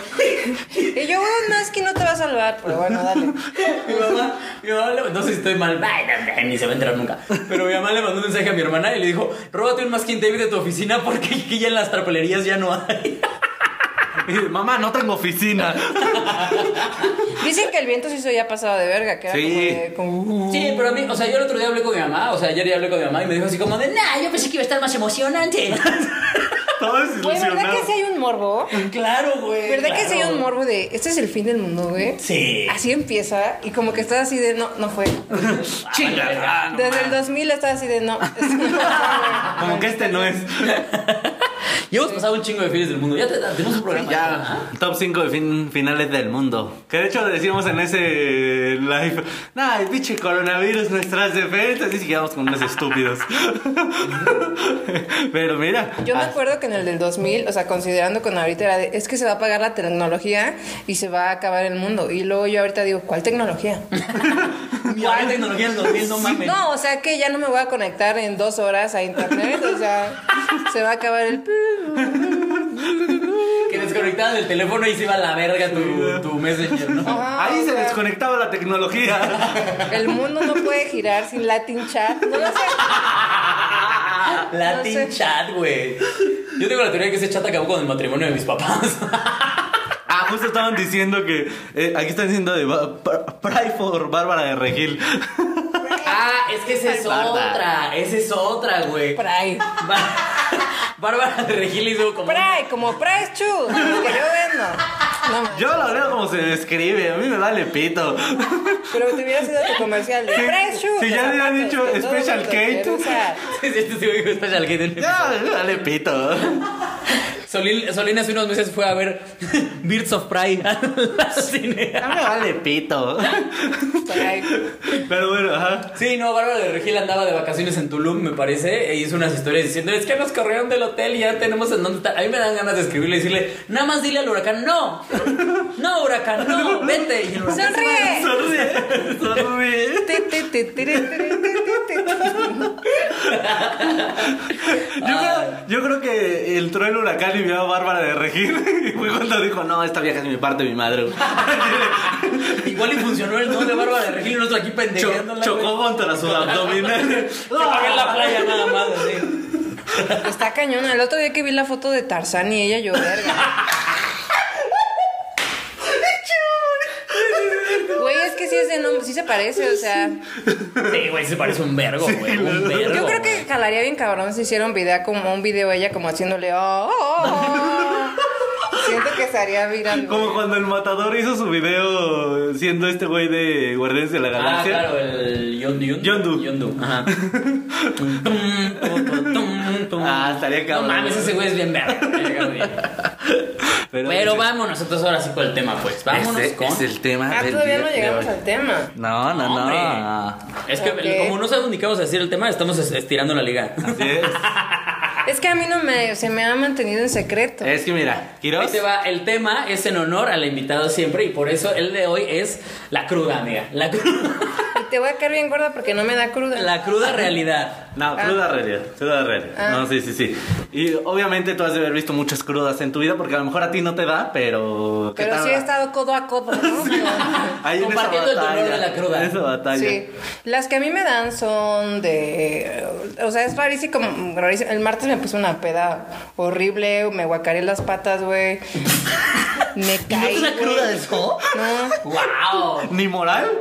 Speaker 3: Y yo, güey, un masking no te va a salvar, pero bueno, dale.
Speaker 1: Mi mamá, mi mamá le- no sé si estoy mal, ay, no, no, ni se va a enterar nunca. Pero mi mamá le mandó un mensaje a mi hermana y le dijo: Róbate un masking tape de tu oficina porque aquí ya en las trapelerías ya no hay.
Speaker 2: Y, Mamá, no tengo oficina.
Speaker 3: Dicen que el viento sí se había pasado de verga, que era
Speaker 2: Sí.
Speaker 3: como de. Como,
Speaker 1: Sí, pero a mí, o sea, yo el otro día hablé con mi mamá, o sea, ayer ya hablé con mi mamá y me dijo así como de, nah, yo pensé que iba a estar más emocionante.
Speaker 2: Todo
Speaker 3: Güey, ¿verdad
Speaker 2: desilusionado.
Speaker 3: que sí hay un morbo?
Speaker 1: claro, güey.
Speaker 3: ¿Verdad que
Speaker 1: claro.
Speaker 3: sí hay un morbo de. Este es el fin del mundo, güey?
Speaker 1: Sí.
Speaker 3: Así empieza y como que estás así de no, no fue.
Speaker 1: Chinga. ah,
Speaker 3: Desde el 2000 estás así de no.
Speaker 2: Como que este no es.
Speaker 1: Y hemos pasado un chingo de fines del mundo. Ya te- tenemos un programa. ¿ah?
Speaker 2: Ya, top 5 de fin- finales del mundo. Que de hecho decíamos en ese live, nah, el pinche coronavirus, nuestras defensas, y sigamos con unos estúpidos. Pero mira,
Speaker 3: Yo me
Speaker 2: ah,
Speaker 3: acuerdo que en el del 2000, o sea, considerando con ahorita era de, es que se va a apagar la tecnología y se va a acabar el mundo. Y luego yo ahorita digo, ¿cuál tecnología?
Speaker 1: Mira, la tecnología del 2000, no mames.
Speaker 3: No, o sea, que ya no me voy a conectar en dos horas a internet, o sea, se va a acabar el...
Speaker 1: Que desconectaban del teléfono y se iba a la verga tu, tu messenger, ¿no?
Speaker 3: Ajá,
Speaker 2: ahí
Speaker 3: o
Speaker 2: se
Speaker 3: sea,
Speaker 2: desconectaba la tecnología.
Speaker 3: El mundo no puede girar sin Latin chat, no lo sé.
Speaker 1: Latin
Speaker 3: No sé.
Speaker 1: chat, güey. Yo tengo la teoría de que ese chat acabó con el matrimonio de mis papás.
Speaker 2: Ah, justo estaban diciendo que, eh, aquí están diciendo de Ba- Pr- Pray for Bárbara de Regil.
Speaker 1: ah, es que esa es
Speaker 2: Bárbara.
Speaker 1: otra. Esa es otra, güey.
Speaker 3: Pray.
Speaker 1: Bá- Bárbara de Regil hizo como.
Speaker 3: Pray, como Pray Chu, que yo vendo. No, mames.
Speaker 2: Yo lo leo como se describe, a mí me vale pito.
Speaker 3: Pero te hubiera sido tu comercial de
Speaker 2: Sí,
Speaker 3: Fresh Shoes.
Speaker 2: sí, ya le había
Speaker 3: zapatos
Speaker 2: dicho
Speaker 3: que todo
Speaker 2: Special
Speaker 3: mundo
Speaker 2: K.
Speaker 3: quiere usar.
Speaker 1: Este sí me gusta Shall Get It.
Speaker 2: Ya, me vale pito.
Speaker 1: Solín, Solín hace unos meses fue a ver Birds of Prey al cine.
Speaker 2: Ya me vale pito.
Speaker 3: Pray.
Speaker 2: Pero bueno, ajá.
Speaker 1: Sí, no, Bárbara de Regil andaba de vacaciones en Tulum, me parece, e hizo unas historias diciendo, es que nos corrieron del hotel y ya tenemos en dónde estar. A mí me dan ganas de escribirle y decirle, nada más dile al huracán, no, no, huracán, no, vete. Y el huracán,
Speaker 3: Sonríe.
Speaker 2: Sonríe, sonríe.
Speaker 3: Te, te, te, te, te, te, te, te.
Speaker 2: Yo, creo, yo creo que entró el huracán y vio a Bárbara de Regil. Y fue cuando dijo: No, esta vieja es mi parte, mi madre.
Speaker 1: igual y funcionó el don de Bárbara de Regil y nosotros aquí
Speaker 2: Cho-
Speaker 1: pendejeándola.
Speaker 2: chocó contra su abdominal. Ah,
Speaker 1: Se paró en la playa nada más, así.
Speaker 3: Está cañona. El otro día que vi la foto de Tarzán y ella, yo, verga. Güey, es que sí es de nombre, sí se parece, o sea.
Speaker 1: Sí, güey, se parece un vergo, güey, un vergo.
Speaker 3: Yo creo
Speaker 1: güey.
Speaker 3: que jalaría bien cabrón si hiciera un video como un video ella como haciéndole oh, oh, oh". Siento que se haría viral. güey.
Speaker 2: Como cuando el matador hizo su video siendo este güey de Guardianes de la
Speaker 1: Ah,
Speaker 2: Galaxia.
Speaker 1: claro, el Yondu.
Speaker 2: Yondu.
Speaker 1: Yondu, ajá. Tum, tum, tum, tum, tum.
Speaker 2: Ah, estaría cabrón.
Speaker 1: No mames, ese güey es bien verga. verga, güey.
Speaker 2: Pero,
Speaker 1: Pero vámonos, entonces ahora sí con el tema, pues. Vámonos
Speaker 2: Ese
Speaker 1: con.
Speaker 2: es el tema.
Speaker 3: Ah,
Speaker 2: del
Speaker 3: todavía
Speaker 2: día
Speaker 3: no
Speaker 2: de
Speaker 3: llegamos
Speaker 2: hoy.
Speaker 3: al tema.
Speaker 2: No, no,
Speaker 1: Hombre.
Speaker 2: no.
Speaker 1: Es que
Speaker 3: Ok.
Speaker 1: como no sabemos ni qué vamos a decir el tema, estamos es- estirando la liga.
Speaker 2: Así es.
Speaker 3: Es que a mí no me se me ha mantenido en secreto.
Speaker 2: Es que mira,
Speaker 1: Ahí
Speaker 2: Quiroz.
Speaker 1: te va, el tema es en honor al invitado siempre y por eso el de hoy es la cruda, amiga. La, cru-
Speaker 3: Y te voy a caer bien gorda porque no me da cruda.
Speaker 1: la cruda realidad.
Speaker 2: No, cruda realidad, cruda realidad.
Speaker 3: Ah.
Speaker 2: No, sí, sí, sí. Y obviamente tú has de haber visto muchas crudas en tu vida porque a lo mejor a ti no te da, pero... ¿qué
Speaker 3: Pero
Speaker 2: tal
Speaker 3: sí he
Speaker 2: va?
Speaker 3: estado codo a codo, ¿no?
Speaker 2: Ahí en esa
Speaker 1: Compartiendo el dolor de
Speaker 2: batalla,
Speaker 1: la cruda.
Speaker 2: en esa batalla.
Speaker 3: Sí, las que a mí me dan son de... O sea, es rarísimo, como- rarísimo. El martes me puse una peda horrible, me guacaré las patas, güey. Me caí.
Speaker 1: ¿No te da
Speaker 3: güey.
Speaker 1: cruda de eso?
Speaker 3: No,
Speaker 1: ¡Wow!
Speaker 2: ¿Ni moral?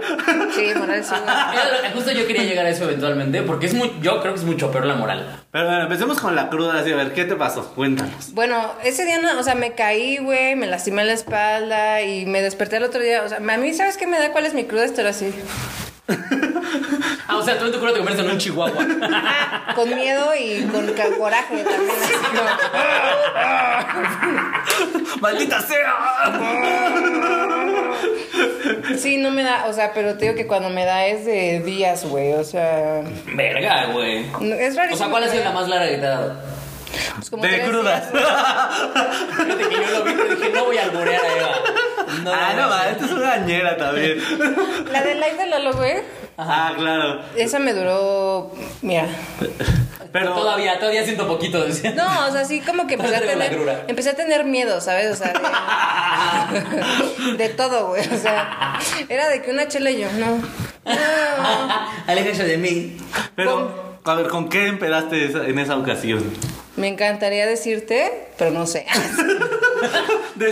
Speaker 3: sí, moral sí. güey.
Speaker 1: Era lo que- Justo yo quería llegar a eso eventualmente porque es muy, yo creo que es mucho peor la moral.
Speaker 2: Pero bueno, empecemos con la cruda, así a ver, ¿qué te pasó? Cuéntanos.
Speaker 3: Bueno, ese día, no, o sea, me caí, güey, me lastimé la espalda y me desperté el otro día. O sea, a mí, ¿sabes qué me da? ¿Cuál es mi cruda? Esto era así.
Speaker 1: Ah, o sea, tú en tu cruda te conviertes en un chihuahua.
Speaker 3: Ah, con miedo y con ca- coraje también. así como-
Speaker 2: ¡Maldita sea!
Speaker 3: Sí, no me da, o sea, pero te digo que cuando me da es de días, güey, o sea...
Speaker 1: Verga, güey.
Speaker 3: No, Es rarísimo.
Speaker 1: O sea, ¿cuál ha sido la más larga que te ha dado?
Speaker 3: Pues como
Speaker 2: De
Speaker 3: tres
Speaker 2: crudas.
Speaker 3: días, güey.
Speaker 1: Fíjate que yo lo vi y dije, no voy a alborear a Eva. No,
Speaker 2: ah, no, va, esta es una dañera también.
Speaker 3: La de Live de Lolo, güey.
Speaker 2: ah, claro.
Speaker 3: Esa me duró. Mira.
Speaker 2: Pero...
Speaker 1: Todavía, todavía siento poquito, decía.
Speaker 3: No, o sea, sí, como que empecé a
Speaker 1: Traigo la
Speaker 3: tener.
Speaker 1: grura.
Speaker 3: Empecé a tener miedo, ¿sabes? O sea, de, de todo, güey. O sea, era de que una chela y yo, no. no.
Speaker 1: Aléjense de mí.
Speaker 2: Pero, a ver, ¿con qué empedaste esa- en esa ocasión?
Speaker 3: Me encantaría decirte, pero no sé.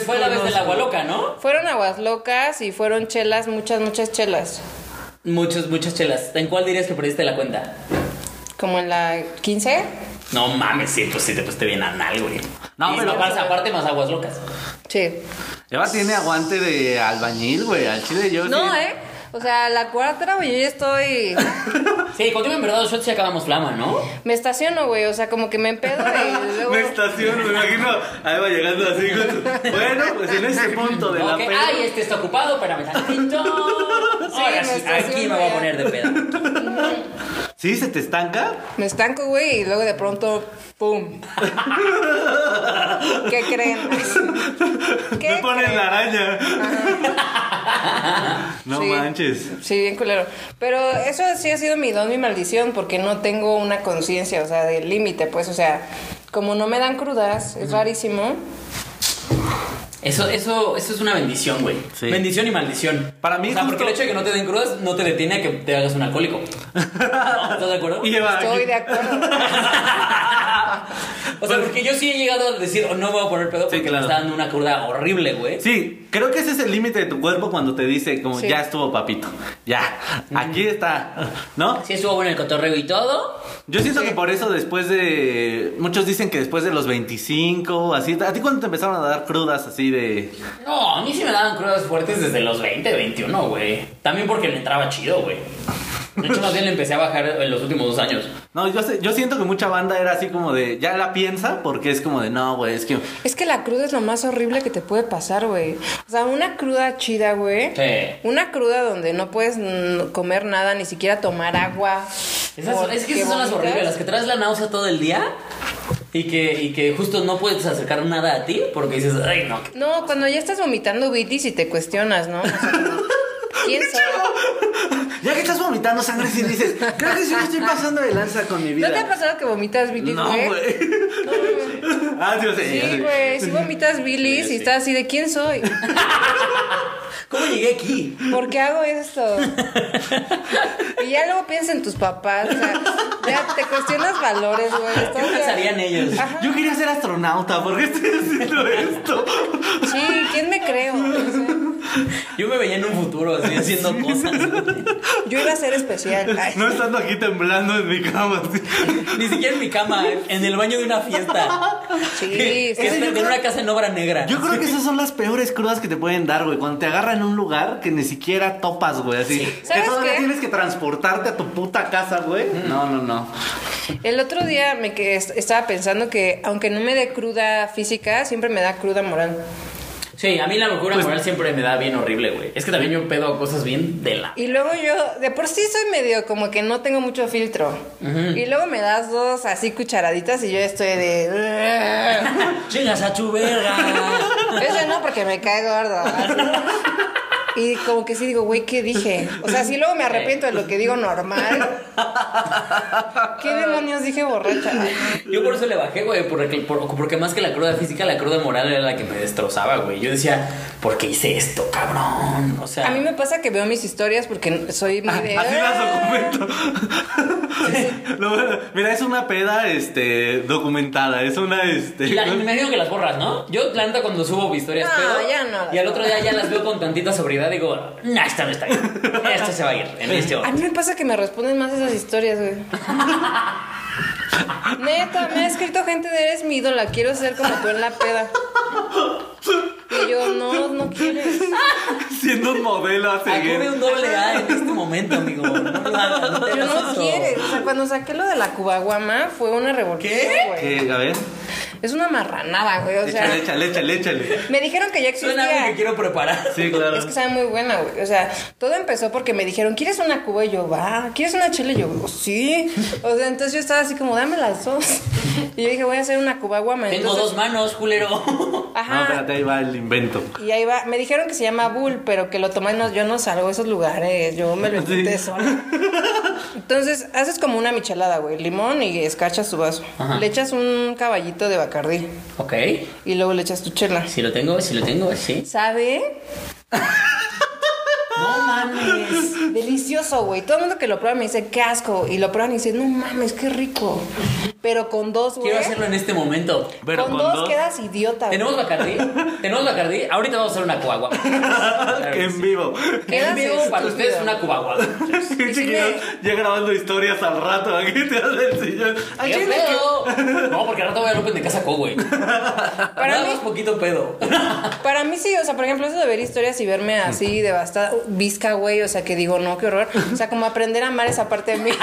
Speaker 1: Fue la vez del
Speaker 2: Desconozco.
Speaker 1: agua loca, ¿no?
Speaker 3: Fueron aguas locas y fueron chelas, muchas, muchas chelas.
Speaker 1: Muchas, muchas chelas. ¿En cuál dirías que perdiste la cuenta?
Speaker 3: Como en la 15.
Speaker 1: No mames, sí, pues sí te pusiste bien anal, güey.
Speaker 2: No,
Speaker 1: No,
Speaker 2: pero-
Speaker 1: pero aparte más aguas locas.
Speaker 3: Sí.
Speaker 2: Eva tiene aguante de albañil, güey. Al chile yo.
Speaker 3: No,
Speaker 2: sí-
Speaker 3: ¿eh? O sea, la cuarta, güey, yo ya estoy.
Speaker 1: Sí, contigo en verdad nosotros sí acabamos flama, ¿no?
Speaker 3: Me estaciono, güey. O sea, como que me empedo y luego.
Speaker 2: Me estaciono, me imagino a Eva llegando así con su- Bueno, pues en este punto de la
Speaker 1: Ok,
Speaker 2: peda-
Speaker 1: Ay, este está ocupado, espérame tantito. Ahora
Speaker 3: me
Speaker 1: sí,
Speaker 3: estaciono
Speaker 1: aquí me voy a
Speaker 3: ya.
Speaker 1: poner de pedo.
Speaker 2: ¿Sí se te estanca?
Speaker 3: Me estanco, güey, y luego de pronto, ¡pum! ¿Qué creen? ¿Qué
Speaker 2: me ponen
Speaker 3: creen?
Speaker 2: la araña. no
Speaker 3: Sí.
Speaker 2: manches.
Speaker 3: Sí, bien culero. Pero eso sí ha sido mi don, mi maldición, porque no tengo una conciencia, o sea, del límite, pues, o sea, como no me dan crudas, es rarísimo.
Speaker 1: Eso, eso, eso es una bendición, güey.
Speaker 2: Sí.
Speaker 1: Bendición y maldición.
Speaker 2: Para mí
Speaker 1: o sea,
Speaker 2: justo-
Speaker 1: porque el hecho de que no te den crudas no te detiene a que te hagas un alcohólico. ¿No? ¿Estás de acuerdo?
Speaker 2: Y Eva.
Speaker 3: Estoy de acuerdo.
Speaker 1: O sea, porque yo sí he llegado a decir, oh, no voy a poner pedo
Speaker 2: pues- Sí,
Speaker 1: porque
Speaker 2: claro.
Speaker 1: me está dando una cruda horrible, güey.
Speaker 2: Sí, creo que ese es el límite de tu cuerpo cuando te dice, como,
Speaker 3: Sí.
Speaker 2: ya estuvo, papito. Ya, aquí está. ¿No?
Speaker 1: Sí estuvo bueno el cotorreo y todo.
Speaker 2: Yo siento que por eso después de. Muchos dicen que después de los 25, así. ¿A ti cuándo te empezaron a dar crudas así de.?
Speaker 1: No, a mí sí me daban crudas fuertes desde los 20, 21, güey. También porque le entraba chido, güey. De hecho, más bien le empecé a bajar en los últimos dos años.
Speaker 2: No, yo, sé- yo siento que mucha banda era así como de, ya la piensa, porque es como de, no, güey, es que...
Speaker 3: Es que la cruda es lo más horrible que te puede pasar, güey. O sea, una cruda chida, güey.
Speaker 1: Sí.
Speaker 3: Una cruda donde no puedes mm, comer nada, ni siquiera tomar agua.
Speaker 1: Esas son- es que
Speaker 3: porque
Speaker 1: esas son las
Speaker 3: vomitas.
Speaker 1: horribles, las que traes la náusea todo el día y que, y que justo no puedes acercar nada a ti porque dices, ay, no.
Speaker 3: No, cuando ya estás vomitando bilis y te cuestionas, ¿no? O sea, como, ¿Quién sabe?
Speaker 2: Ya que estás vomitando sangre, si dices, creo que sí me estoy pasando de lanza con mi vida.
Speaker 3: ¿No te ha pasado que vomitas bilis,
Speaker 2: No,
Speaker 3: güey?
Speaker 2: güey. ah, sí, yo sé, yo
Speaker 3: Sí,
Speaker 2: sé.
Speaker 3: güey, si vomitas bilis
Speaker 1: Sí, sí.
Speaker 3: y estás así de quién soy,
Speaker 1: ¿Cómo llegué aquí?
Speaker 3: ¿por qué hago esto? Y ya luego piensas en tus papás, o sea, ya te cuestionas valores, güey.
Speaker 1: ¿Qué
Speaker 3: estás ya-
Speaker 1: pensarían ellos?
Speaker 3: Ajá.
Speaker 2: Yo quería ser astronauta, ¿por qué estoy haciendo esto?
Speaker 3: Sí, ¿quién me creo? O sea,
Speaker 1: Yo me veía en un futuro así haciendo cosas. güey.
Speaker 3: Yo iba a ser especial. Ay.
Speaker 2: No estando aquí temblando en mi cama. así.
Speaker 1: Ni siquiera en mi cama, en el baño de una fiesta.
Speaker 3: Sí,
Speaker 1: Que-
Speaker 3: sí.
Speaker 1: que es
Speaker 2: yo
Speaker 1: en
Speaker 2: creo-
Speaker 1: una casa en obra negra.
Speaker 2: Yo creo que esas son las peores crudas que te pueden dar, güey. Cuando te agarran en un lugar que ni siquiera topas, güey. Así. Que
Speaker 3: ¿Sabes
Speaker 2: todavía
Speaker 3: qué? Mm.
Speaker 2: tienes que transportarte a tu puta casa, güey. No, no, no.
Speaker 3: El otro día me que est- estaba pensando que aunque no me dé cruda física, siempre me da cruda moral.
Speaker 1: Sí, a mí la locura
Speaker 2: Pues-
Speaker 1: moral siempre me da bien horrible, güey. Es que también yo pedo cosas bien de la.
Speaker 3: Y luego yo, de por sí soy medio como que no tengo mucho filtro. Y luego me das dos así cucharaditas y yo estoy de...
Speaker 1: ¡Chingas a tu verga!
Speaker 3: Eso no, porque me cae gordo. así. Y como que sí digo, güey, ¿qué dije? O sea, sí luego me arrepiento de lo que digo normal. ¿Qué demonios dije borracha?
Speaker 1: Yo por eso le bajé, güey, porque, por- porque más que la cruda física, la cruda moral era la que me destrozaba, güey. Yo decía, ¿por qué hice esto, cabrón? O sea,
Speaker 3: A mí me pasa que veo mis historias porque soy muy de...
Speaker 2: Ah, Así las documento. Lo bueno, mira, es una peda este, documentada. Es una. Este,
Speaker 1: y la- y me imagino que las borras, ¿no? Yo, la neta, cuando subo historias,
Speaker 3: No,
Speaker 1: pedo,
Speaker 3: ya no.
Speaker 1: Y al otro día ya las veo con tantita sobriedad, digo, nah, esta no está bien. Esta se va a ir en este
Speaker 3: A
Speaker 1: orden".
Speaker 3: mí me pasa que me responden más esas historias, güey. Neta, me ha escrito gente de eres mi ídola, quiero ser como tú en la peda. Y yo, no, no quieres.
Speaker 2: Siendo un modelo a seguir.
Speaker 1: Acude un doble A en este momento, amigo. No, no, no te
Speaker 3: Yo
Speaker 1: hagas
Speaker 3: no
Speaker 1: eso.
Speaker 3: quieres. O sea, cuando saqué lo de la cubaguama fue una revolución, güey.
Speaker 2: Que, a ver.
Speaker 3: Es una marranada, güey. O sea,
Speaker 2: échale, échale, échale, échale.
Speaker 3: me dijeron que ya
Speaker 1: Suena algo que
Speaker 3: existía.
Speaker 1: quiero preparar.
Speaker 2: Sí, claro.
Speaker 3: Es que sabe muy buena, güey. O sea, todo empezó porque me dijeron, ¿quieres una cuba? Y yo, va. ¿Quieres una chile? Y yo, "Oh, sí. O sea, entonces yo estaba así como, dame las dos. Y yo dije, voy a hacer una cubaguama.
Speaker 1: Tengo
Speaker 3: Entonces,
Speaker 1: dos manos, culero.
Speaker 2: No,
Speaker 3: Ajá.
Speaker 2: espérate, ahí va el invento.
Speaker 3: y ahí va, me dijeron que se llama Bull, pero que lo toman, no, yo no salgo a esos lugares, yo me lo
Speaker 2: Sí.
Speaker 3: inventé sola. Entonces, haces como una michelada, güey, limón y escarchas tu vaso.
Speaker 1: Ajá.
Speaker 3: Le echas un caballito de Bacardí
Speaker 1: Ok.
Speaker 3: y luego le echas tu chela.
Speaker 1: Si lo tengo, si lo tengo, sí.
Speaker 3: ¿Sabe?
Speaker 1: No mames.
Speaker 3: Delicioso, güey. Todo el mundo que lo prueba me dice, qué asco. Y lo prueban y dicen, no mames, qué rico. Pero con dos, güey.
Speaker 1: Quiero hacerlo en este momento.
Speaker 2: Pero
Speaker 3: con,
Speaker 2: con
Speaker 3: dos,
Speaker 2: dos-
Speaker 3: quedas idiota, güey.
Speaker 1: ¿Tenemos Bacardí? ¿Tenemos Bacardí? Ahorita vamos a hacer una cuagua. Claro que
Speaker 2: En
Speaker 1: sí.
Speaker 2: vivo.
Speaker 1: En
Speaker 3: Quedas
Speaker 1: vivo para
Speaker 3: estúpido.
Speaker 1: ustedes una cuagua.
Speaker 2: Un chiquillo ya grabando historias al rato. Aquí te hace el sillón. Ay,
Speaker 1: ¿Qué
Speaker 2: chile,
Speaker 1: pedo? No, porque al rato voy a López de casa co, güey.
Speaker 3: Para
Speaker 1: Para
Speaker 3: mí-
Speaker 1: más poquito pedo.
Speaker 3: Para mí sí, o sea, por ejemplo, eso de ver historias y verme así devastada, visca, güey, o sea, que digo, no, qué horror. O sea, como aprender a amar esa parte de mí.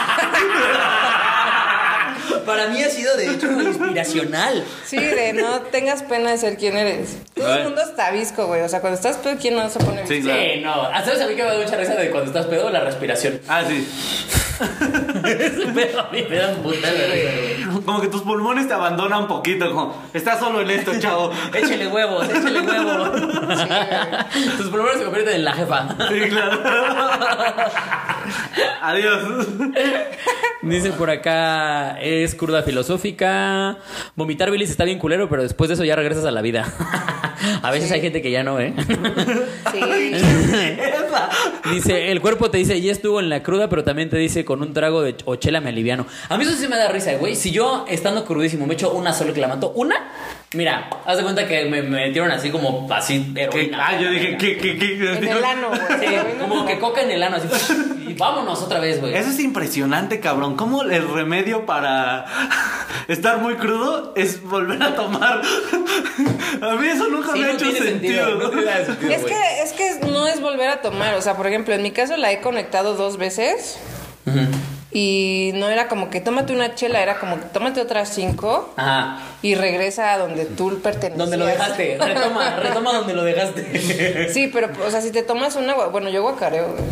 Speaker 1: Para mí ha sido de hecho inspiracional.
Speaker 3: Sí, de no tengas pena de ser quien eres. Todo
Speaker 2: Ay.
Speaker 3: el mundo está visco, güey. O sea, cuando estás pedo, ¿quién no se pone
Speaker 2: Sí.
Speaker 3: visco?
Speaker 2: Claro.
Speaker 1: Sí, no. Ah, ¿Sabes a mí que me da mucha risa de cuando estás pedo? La respiración.
Speaker 2: Ah, sí.
Speaker 1: Ese pedo a mí me da un puta de risa, güey.
Speaker 2: Como que tus pulmones te abandonan un poquito. Como, estás solo en esto, chavo.
Speaker 1: Échele huevos, échele huevos. Tus problemas se convierten en la jefa.
Speaker 2: Sí, claro. Adiós.
Speaker 1: Dice por acá, es curda filosófica. Vomitar bilis está bien culero, pero después de eso ya regresas a la vida. A veces hay gente que ya no, ¿eh?
Speaker 3: Sí.
Speaker 2: Esa.
Speaker 1: Dice, el cuerpo te dice, ya estuvo en la cruda, pero también te dice, con un trago de ch- o chela me aliviano. A mí eso sí me da risa, güey. Si yo, estando crudísimo, me echo una sola y que la mato, ¿una? Mira, haz de cuenta que me, me metieron así como, así,
Speaker 2: ¿Qué?
Speaker 1: heroína.
Speaker 2: Ah, yo dije, ¿qué, qué, qué?
Speaker 3: En el ano, güey.
Speaker 1: Sí, como que coca en el ano, así, y vámonos otra vez, güey.
Speaker 2: Eso es impresionante, cabrón. ¿Cómo el remedio para estar muy crudo es volver a tomar? A mí eso nunca
Speaker 1: Sí,
Speaker 2: me ha
Speaker 1: no
Speaker 2: hecho
Speaker 1: tiene sentido,
Speaker 2: sentido.
Speaker 1: no tiene nada de sentido,
Speaker 3: Es
Speaker 1: güey.
Speaker 3: que, es que no es volver a tomar. O sea, por ejemplo, en mi caso la he conectado dos veces. Y no era como que tómate una chela, era como que tómate otras cinco
Speaker 1: Ajá.
Speaker 3: y regresa a donde tú pertenecías.
Speaker 1: Donde lo dejaste, retoma, retoma donde lo dejaste.
Speaker 3: Sí, pero, o sea, si te tomas una, gua- bueno, yo guacareo. güey.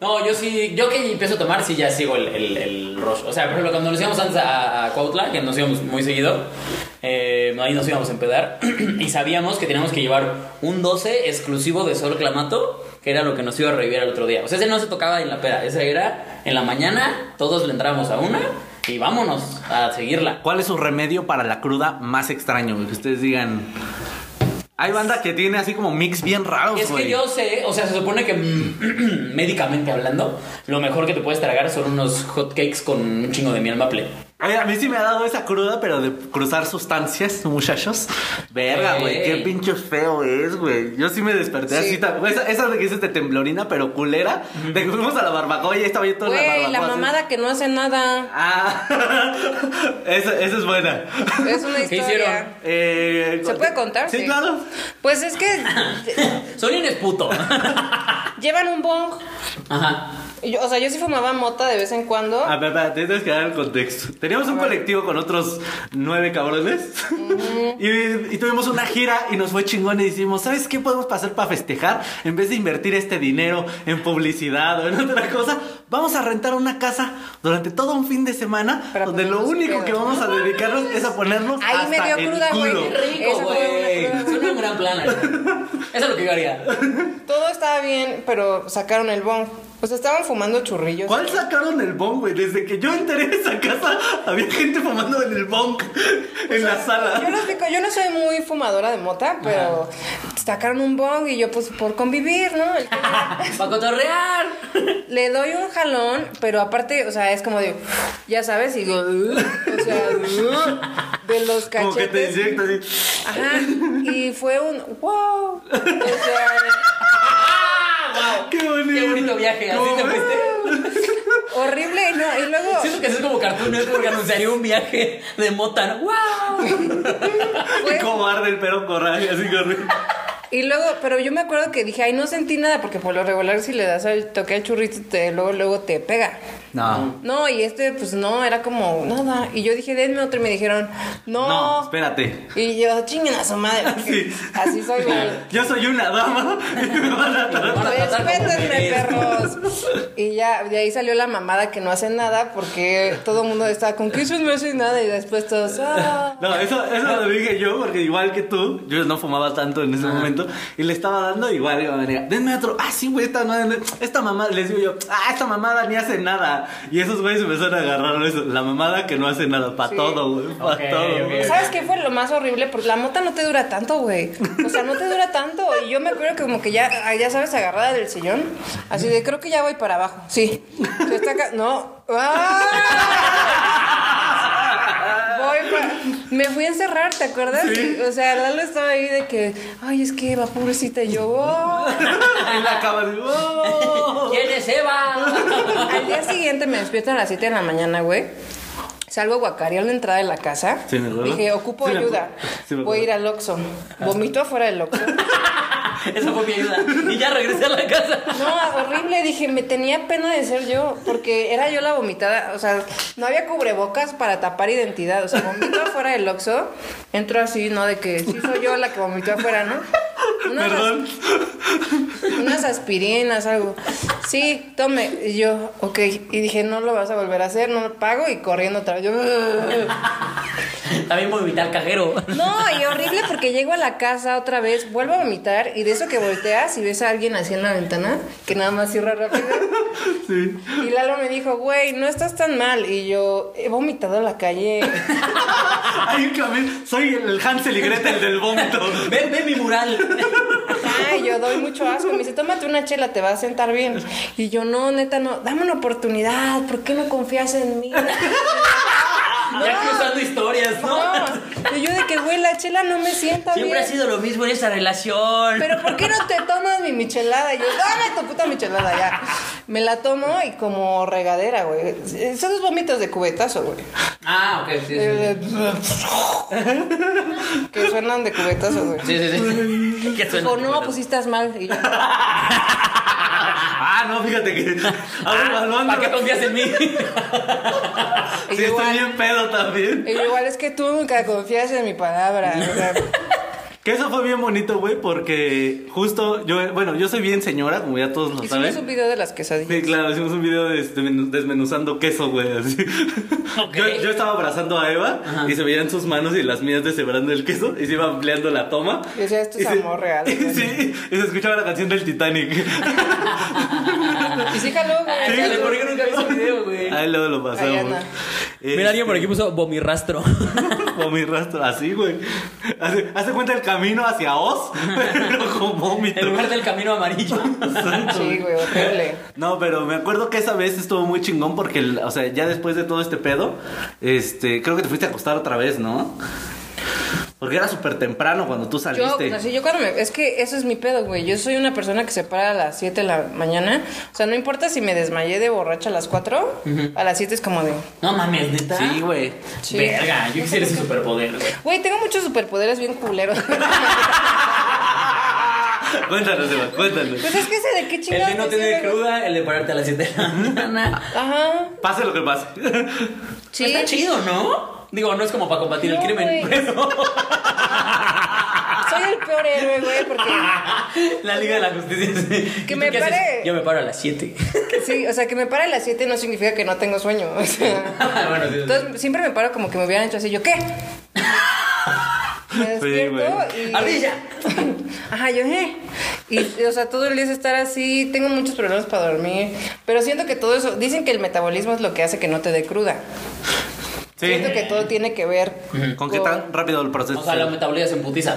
Speaker 1: No, yo sí, yo que empiezo a tomar, sí ya sigo el, el, el rush. O sea, por ejemplo, cuando nos íbamos antes a, a Cuautla, que nos íbamos muy seguido, eh, ahí nos íbamos a empedar, y sabíamos que teníamos que llevar un 12 exclusivo de Sol Clamato, que era lo que nos iba a revivir al otro día. O sea, ese no se tocaba en la peda, ese era en la mañana, todos le entrábamos a una y vámonos a seguirla.
Speaker 2: ¿Cuál es su remedio para la cruda más extraño? güey? Que ustedes digan. Hay banda que tiene así como mix bien raros,
Speaker 1: Es que
Speaker 2: güey.
Speaker 1: yo sé, o sea, se supone que mm, médicamente hablando, lo mejor que te puedes tragar son unos hotcakes con un chingo de miel maple.
Speaker 2: A mí- a mí sí me ha dado esa cruda, pero de cruzar sustancias, muchachos. Verga, güey, qué
Speaker 1: Ey.
Speaker 2: pinche feo es, güey. Yo sí me desperté
Speaker 3: Sí.
Speaker 2: así. ta- Esa, esa de que dices de temblorina, pero culera. De que fuimos a la barbacoa y estaba yo toda la
Speaker 3: Güey,
Speaker 2: barbacoa.
Speaker 3: la
Speaker 2: así.
Speaker 3: mamada que no hace nada.
Speaker 2: Ah, esa, esa es buena.
Speaker 3: Es una
Speaker 1: ¿Qué
Speaker 3: historia.
Speaker 1: hicieron?
Speaker 2: Eh,
Speaker 3: ¿Se puede contar?
Speaker 2: Sí, claro.
Speaker 3: Pues es que
Speaker 1: Solín es puto.
Speaker 3: llevan un bong.
Speaker 1: Ajá.
Speaker 3: Yo- o sea, yo sí fumaba mota de vez en cuando.
Speaker 2: A ver, espérate, Ah, tienes que dar el contexto. Teníamos un colectivo con otros nueve cabrones y, y tuvimos una gira y nos fue chingón y decimos, ¿sabes qué podemos pasar para festejar? En vez de invertir este dinero en publicidad o en otra cosa, vamos a rentar una casa durante todo un fin de semana
Speaker 3: Para
Speaker 2: donde lo
Speaker 3: ponernos
Speaker 2: único
Speaker 3: pedos.
Speaker 2: que vamos a dedicarnos es a ponernos
Speaker 3: Ahí me
Speaker 2: hasta
Speaker 3: dio
Speaker 2: el
Speaker 3: cruda, güey.
Speaker 2: culo.
Speaker 3: Qué rico,
Speaker 1: Rico,
Speaker 3: Esa fue
Speaker 1: güey.
Speaker 3: una cruda.
Speaker 1: Suena un gran plan. la verdad. Eso es lo que yo haría.
Speaker 3: Todo estaba bien, pero sacaron el bong. Pues estaban fumando churrillos.
Speaker 2: ¿Cuál sacaron el bong, güey? Desde que yo entré en esa casa, había gente fumando en el bong en la sala.
Speaker 3: Yo no, sé, yo no soy muy fumadora de mota, pero sacaron un bong y yo pues por convivir, ¿no? El-
Speaker 1: Para cotorrear.
Speaker 3: Le doy un jalón, pero aparte, o sea, es como de, ya sabes, y o sea, de los cachetes.
Speaker 2: Como que te inyectas así.
Speaker 3: Ajá, y fue un wow. O sea,
Speaker 2: ¡Qué bonito!
Speaker 1: Qué bonito viaje. Así
Speaker 2: ¿Cómo
Speaker 1: te
Speaker 2: ves?
Speaker 1: fuiste.
Speaker 3: horrible, ¿no? Y luego.
Speaker 1: Siento que eso es como Cartoon Network anunciaría un viaje de mota. ¿no? ¡Wow!
Speaker 3: fue-
Speaker 2: Y cómo arde el perro corral, así corre.
Speaker 3: Y luego, pero yo me acuerdo que dije, ay, no sentí nada, porque por lo regular si le das al toque al churrito, te, luego, luego te pega.
Speaker 2: No.
Speaker 3: No, y este, pues no, era como nada. Y yo dije, denme otro, y me dijeron, no.
Speaker 2: No, espérate.
Speaker 3: Y yo, chinguen a su madre. porque
Speaker 2: Sí.
Speaker 3: Así soy, güey.
Speaker 2: Yo soy una dama y me van a tratar.
Speaker 1: Para tratar como
Speaker 3: Respétenme,
Speaker 1: merezco.
Speaker 3: perros. Y ya, de ahí salió la mamada que no hace nada, porque todo el mundo estaba con que eso no hace nada, y después todos, ah.
Speaker 2: No, eso, eso lo dije yo, porque igual que tú, yo no fumaba tanto en ese
Speaker 1: Ah.
Speaker 2: momento y le estaba dando igual. Iba a venir, denme otro. Ah, sí, güey, esta, madre- esta mamada, les digo yo, ah, esta mamada ni hace nada. Y esos güeyes empezaron a agarrar eso, la mamada que no hace nada, pa'
Speaker 3: Sí.
Speaker 2: todo, güey, pa'
Speaker 1: Ok,
Speaker 2: todo.
Speaker 1: ok.
Speaker 2: güey.
Speaker 3: ¿Sabes qué fue lo más horrible? Porque la mota no te dura tanto, güey. O sea, no te dura tanto. Y yo me acuerdo que como que ya, ah, ya sabes, agarrada del sillón. Así de, creo que ya voy para abajo. Sí. Se está ca- No. ¡Ah! Voy pa- Me fui a encerrar, ¿te acuerdas? O sea, Lalo estaba ahí de que, ay, es que va pobrecita. Y yo, "Oh".
Speaker 2: En la cama, digo, "Oh".
Speaker 1: ¿Quién es Eva?
Speaker 3: Al día siguiente me despierto a las 7 de la mañana, güey. Salgo a guacarear la entrada de la casa.
Speaker 2: Sí, me acuerdo.
Speaker 3: Dije, ocupo
Speaker 2: Sí, me
Speaker 3: ayuda.
Speaker 2: acuerdo. Sí, me
Speaker 3: Voy a ir
Speaker 2: acuerdo.
Speaker 3: al Oxxo. Vomito afuera del Oxxo.
Speaker 1: Esa fue mi ayuda. Y ya regresé a la casa.
Speaker 3: No, horrible. Dije, me tenía pena de ser yo. Porque era yo la vomitada. O sea, no había cubrebocas para tapar identidad. O sea, vomito afuera del Oxxo. Entro así, ¿no? De que sí soy yo la que vomitó afuera, ¿no? Unas-
Speaker 2: Perdón.
Speaker 3: Unas aspirinas, algo. Sí, tome. Y yo, ok. Y dije, no lo vas a volver a hacer, no lo pago. Y corriendo otra vez. Yo,
Speaker 1: También voy a al cajero.
Speaker 3: no, y horrible porque llego a la casa otra vez, vuelvo a vomitar. Y de eso que volteas y ves a alguien así en la ventana, que nada más cierra rápido.
Speaker 2: Sí.
Speaker 3: Y Lalo me dijo, güey, no estás tan mal. Y yo, he vomitado en la calle.
Speaker 2: Hay un camión. Soy el Hansel y Gretel del vómito.
Speaker 1: Ven, ven mi mural.
Speaker 3: Ay, yo doy mucho asco. Me dice, tómate una chela, te va a sentar bien. Y yo, no, neta, no. Dame una oportunidad. ¿Por qué no confías en mí?
Speaker 1: Ya cruzando historias, ¿no?
Speaker 3: No, y yo de que, güey, la chela no me sienta
Speaker 1: Siempre ha
Speaker 3: bien.
Speaker 1: sido lo mismo en esa relación.
Speaker 3: Pero ¿por qué no te tomas mi michelada? Y yo, dame tu puta michelada ya. Me la tomo y como regadera, güey. Son los vómitos de cubetazo, güey.
Speaker 1: Ah, ok, sí, sí.
Speaker 3: Eh, Que suenan de cubetazo, güey.
Speaker 1: Sí, sí, sí. ¿Qué suena?
Speaker 3: Dijo, no, pues sí estás mal. Y yo,
Speaker 2: Ah, no, fíjate que. A
Speaker 3: Ah,
Speaker 2: ver, evaluando.
Speaker 1: Ah, ¿Para qué confías en mí?
Speaker 3: y
Speaker 2: Sí,
Speaker 3: yo,
Speaker 2: estoy
Speaker 3: igual,
Speaker 2: bien pedo también.
Speaker 3: y yo, igual es que tú nunca confías en mi palabra. o sea,
Speaker 2: Que eso fue bien bonito, güey, porque justo yo, bueno, yo soy bien señora, como ya todos lo
Speaker 3: Hicimos un
Speaker 2: saben.
Speaker 3: video de las quesadillas.
Speaker 2: Sí, claro, hicimos un video de desmenu- desmenuzando queso, güey, así.
Speaker 1: Ok.
Speaker 2: Yo, yo estaba abrazando a Eva y se veían sus manos y las mías deshebrando el queso y se iba ampliando la toma.
Speaker 3: Y decía, esto es
Speaker 2: Y se-
Speaker 3: amor real, güey.
Speaker 2: Sí, y se escuchaba la canción del Titanic.
Speaker 3: Y sí, jaló, güey.
Speaker 1: Ay, chale, ¿Por qué nunca vi ese video, güey?
Speaker 2: Ahí luego lo pasamos.
Speaker 3: Ahí anda.
Speaker 2: Eh,
Speaker 1: Mira, alguien por aquí puso vomirrastro.
Speaker 2: dejó mi rastro así, güey. Hace, hace cuenta el camino hacia Oz, pero con vómito.
Speaker 1: En lugar del camino amarillo.
Speaker 3: Sí, güey, horrible.
Speaker 2: No, pero me acuerdo que esa vez estuvo muy chingón porque, el- o sea, ya después de todo este pedo, este, creo que te fuiste a acostar otra vez, ¿no? Porque era súper temprano cuando tú
Speaker 3: Yo,
Speaker 2: saliste.
Speaker 3: así, yo cuando me- es que eso es mi pedo, güey. Yo soy una persona que se para a las 7 de la mañana. O sea, no importa si me desmayé de borracha a las 4, a las 7 es como de,
Speaker 1: No mames, neta.
Speaker 2: Sí, güey.
Speaker 3: Sí.
Speaker 1: Verga, yo quisiera ese superpoder, güey.
Speaker 3: güey, tengo muchos superpoderes bien culeros.
Speaker 2: Cuéntanos, Eva, cuéntanos.
Speaker 3: pues es que sé de qué
Speaker 1: El
Speaker 3: chingados.
Speaker 1: de no
Speaker 3: me
Speaker 1: tener
Speaker 3: sirve.
Speaker 1: cruda, el de pararte a las 7 de la mañana.
Speaker 3: Ajá.
Speaker 2: Pase lo que pase.
Speaker 3: Sí.
Speaker 1: Está chido, ¿no? Digo, no es como para combatir
Speaker 3: No,
Speaker 1: el crimen,
Speaker 3: güey.
Speaker 1: pero
Speaker 3: Soy el peor héroe, güey, porque
Speaker 1: la Liga de la Justicia. sí.
Speaker 3: Que
Speaker 1: ¿Y tú
Speaker 3: me
Speaker 1: qué haces?
Speaker 3: pare.
Speaker 1: Yo me paro a las 7.
Speaker 3: sí, o sea, que me pare a las 7 no significa que no tengo sueño. O sea,
Speaker 1: bueno, sí, sí, sí.
Speaker 3: Ah. entonces siempre me paro como que me hubieran hecho así, yo qué. Me
Speaker 2: Sí,
Speaker 3: despierto y.
Speaker 1: ¡Ardilla!
Speaker 3: Ajá, yo eh. Y, o sea, todo el día es estar así. Tengo muchos problemas para dormir. Pero siento que todo eso. Dicen que el metabolismo es lo que hace que no te dé cruda.
Speaker 2: Sí.
Speaker 3: Siento que todo tiene que ver.
Speaker 2: ¿Con qué tan rápido el proceso?
Speaker 1: O sea, la metabolía se emputiza.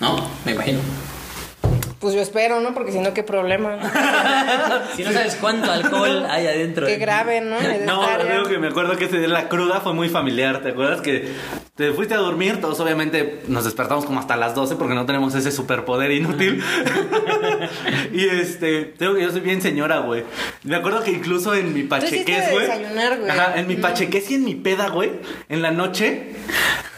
Speaker 1: ¿No? Me imagino.
Speaker 3: Pues yo espero, ¿no? Porque si no, qué problema.
Speaker 1: Si no sabes cuánto alcohol hay adentro.
Speaker 3: Qué
Speaker 1: de-
Speaker 3: grave, ¿no? Me
Speaker 2: No,
Speaker 3: descarga.
Speaker 2: creo que me acuerdo que ese día la cruda fue muy familiar, ¿te acuerdas? Que te fuiste a dormir, todos obviamente nos despertamos como hasta las 12 porque no tenemos ese superpoder inútil. y este, tengo que yo soy bien señora, güey. Me acuerdo que incluso en mi
Speaker 3: hiciste
Speaker 2: pachequés,
Speaker 3: de
Speaker 2: güey.
Speaker 3: desayunar, güey.
Speaker 2: Ajá, en mi
Speaker 3: Mm.
Speaker 2: pachequés y en mi peda, güey, en la noche,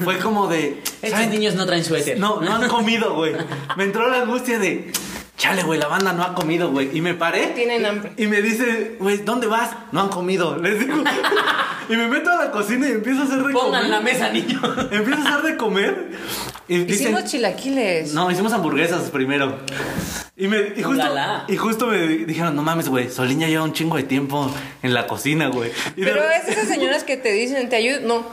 Speaker 2: fue como de...
Speaker 1: Estos
Speaker 2: ¿saben?
Speaker 1: niños no traen suéter.
Speaker 2: No, no han comido, güey. Me entró la angustia de, chale, güey, la banda no ha comido, güey. Y me paré.
Speaker 3: Tienen hambre.
Speaker 2: Y me dice, güey, ¿dónde vas? No han comido. Les digo. y me meto a la cocina y empiezo a hacer de
Speaker 1: Pongan la
Speaker 2: comer.
Speaker 1: mesa, niños.
Speaker 2: Empiezo a hacer de comer. Y dicen,
Speaker 3: Hicimos chilaquiles.
Speaker 2: no, hicimos hamburguesas primero. Y, me, y, justo,
Speaker 1: Ulala.
Speaker 2: y justo me dijeron, no mames, güey, Soliña lleva un chingo de tiempo en la cocina, güey. Y de-
Speaker 3: Pero es esas señoras que te dicen, te ayudo. No.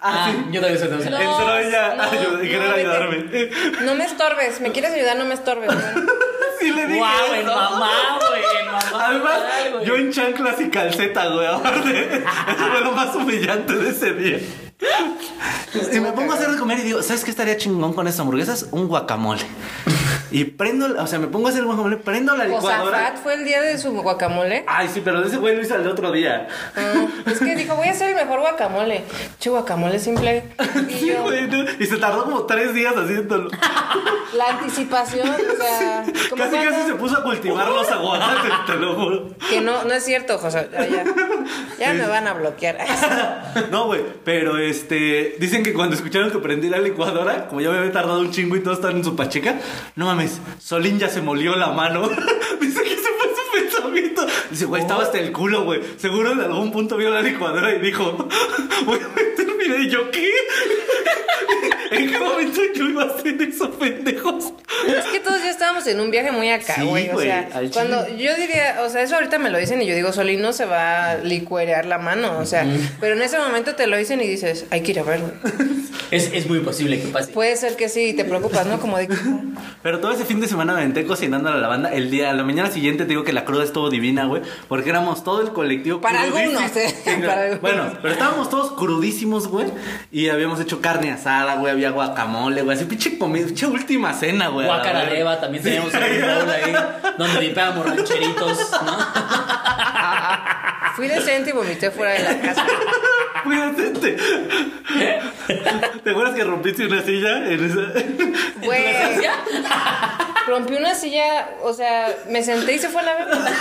Speaker 1: Ah,
Speaker 2: Ah, sí.
Speaker 1: yo también soy tan celoso.
Speaker 2: Entró ella a
Speaker 3: no,
Speaker 2: ayud- querer
Speaker 3: no, vete.
Speaker 2: ayudarme.
Speaker 3: No me estorbes. ¿Me quieres ayudar? No me estorbes. güey.
Speaker 2: Sí le dije
Speaker 1: Guau, el
Speaker 2: eso.
Speaker 1: mamá, güey, el mamá.
Speaker 2: Además,
Speaker 1: Ay, güey.
Speaker 2: yo en chanclas y calcetas, güey, aparte. Eso fue lo más humillante de ese día. Y me pongo a hacer de comer y digo, ¿sabes qué estaría chingón con estas hamburguesas? Un guacamole. Y prendo, o sea, me pongo a hacer el guacamole, prendo la licuadora.
Speaker 3: Josafat fue el día de su guacamole.
Speaker 2: Ay, sí, pero ese güey lo hizo el otro día.
Speaker 3: Ah, es que dijo, voy a hacer el mejor guacamole. Che, guacamole simple. Y
Speaker 2: Sí,
Speaker 3: yo,
Speaker 2: güey, no, y se tardó como tres días haciéndolo.
Speaker 3: la anticipación, o sea, como
Speaker 2: Casi,
Speaker 3: cuando-
Speaker 2: casi se puso a cultivar los aguacates, te lo juro.
Speaker 3: que no, no es cierto, José. Ya, ya. Ya me van a bloquear.
Speaker 2: No, güey, pero este. Dicen que cuando escucharon que prendí la licuadora, como ya me había tardado un chingo y todos están en su pacheca, no mames, Solín ya se molió la mano. Dice que se fue su pensamiento. Dice, güey, estaba hasta el culo, güey. Seguro en algún punto vio la licuadora y dijo, voy a meter mi dedo". Y yo, ¿qué? ¿En qué momento yo iba a hacer esos pendejos?
Speaker 3: Es que todos ya estábamos en un viaje muy acá,
Speaker 2: Sí,
Speaker 3: güey. o
Speaker 2: güey,
Speaker 3: sea,
Speaker 2: al chile.
Speaker 3: cuando yo diría, o sea, eso ahorita me lo dicen y yo digo, Solín no se va a licuerear la mano, o sea, pero en ese momento te lo dicen y dices, hay que ir a verlo.
Speaker 1: Es, es muy posible que pase.
Speaker 3: Puede ser que sí, te preocupas, ¿no? Como de que.
Speaker 2: Pero todo ese fin de semana me aventé cocinando a la banda. El día, a la mañana siguiente te digo que la cruda estuvo divina, güey. Porque éramos todo el colectivo.
Speaker 3: Para
Speaker 2: crudísimo.
Speaker 3: algunos, eh,
Speaker 2: Sí, claro.
Speaker 3: para algunos.
Speaker 2: Bueno, pero estábamos todos crudísimos, güey. Y habíamos hecho carne asada, güey. Había guacamole, güey. Así pinche comida, pinche última cena, güey. a la
Speaker 1: Guacaraleva,
Speaker 2: verga.
Speaker 1: también teníamos un bowl ahí, donde limpiábamos rancheritos,
Speaker 3: Eh,
Speaker 1: ¿no?
Speaker 3: Fui decente y vomité fuera de la casa.
Speaker 2: Muy decente. ¿Te acuerdas que rompiste una silla? En esa...
Speaker 3: Güey.
Speaker 1: ¿Ya?
Speaker 3: Rompí una silla, o sea, me senté y se fue a la verga.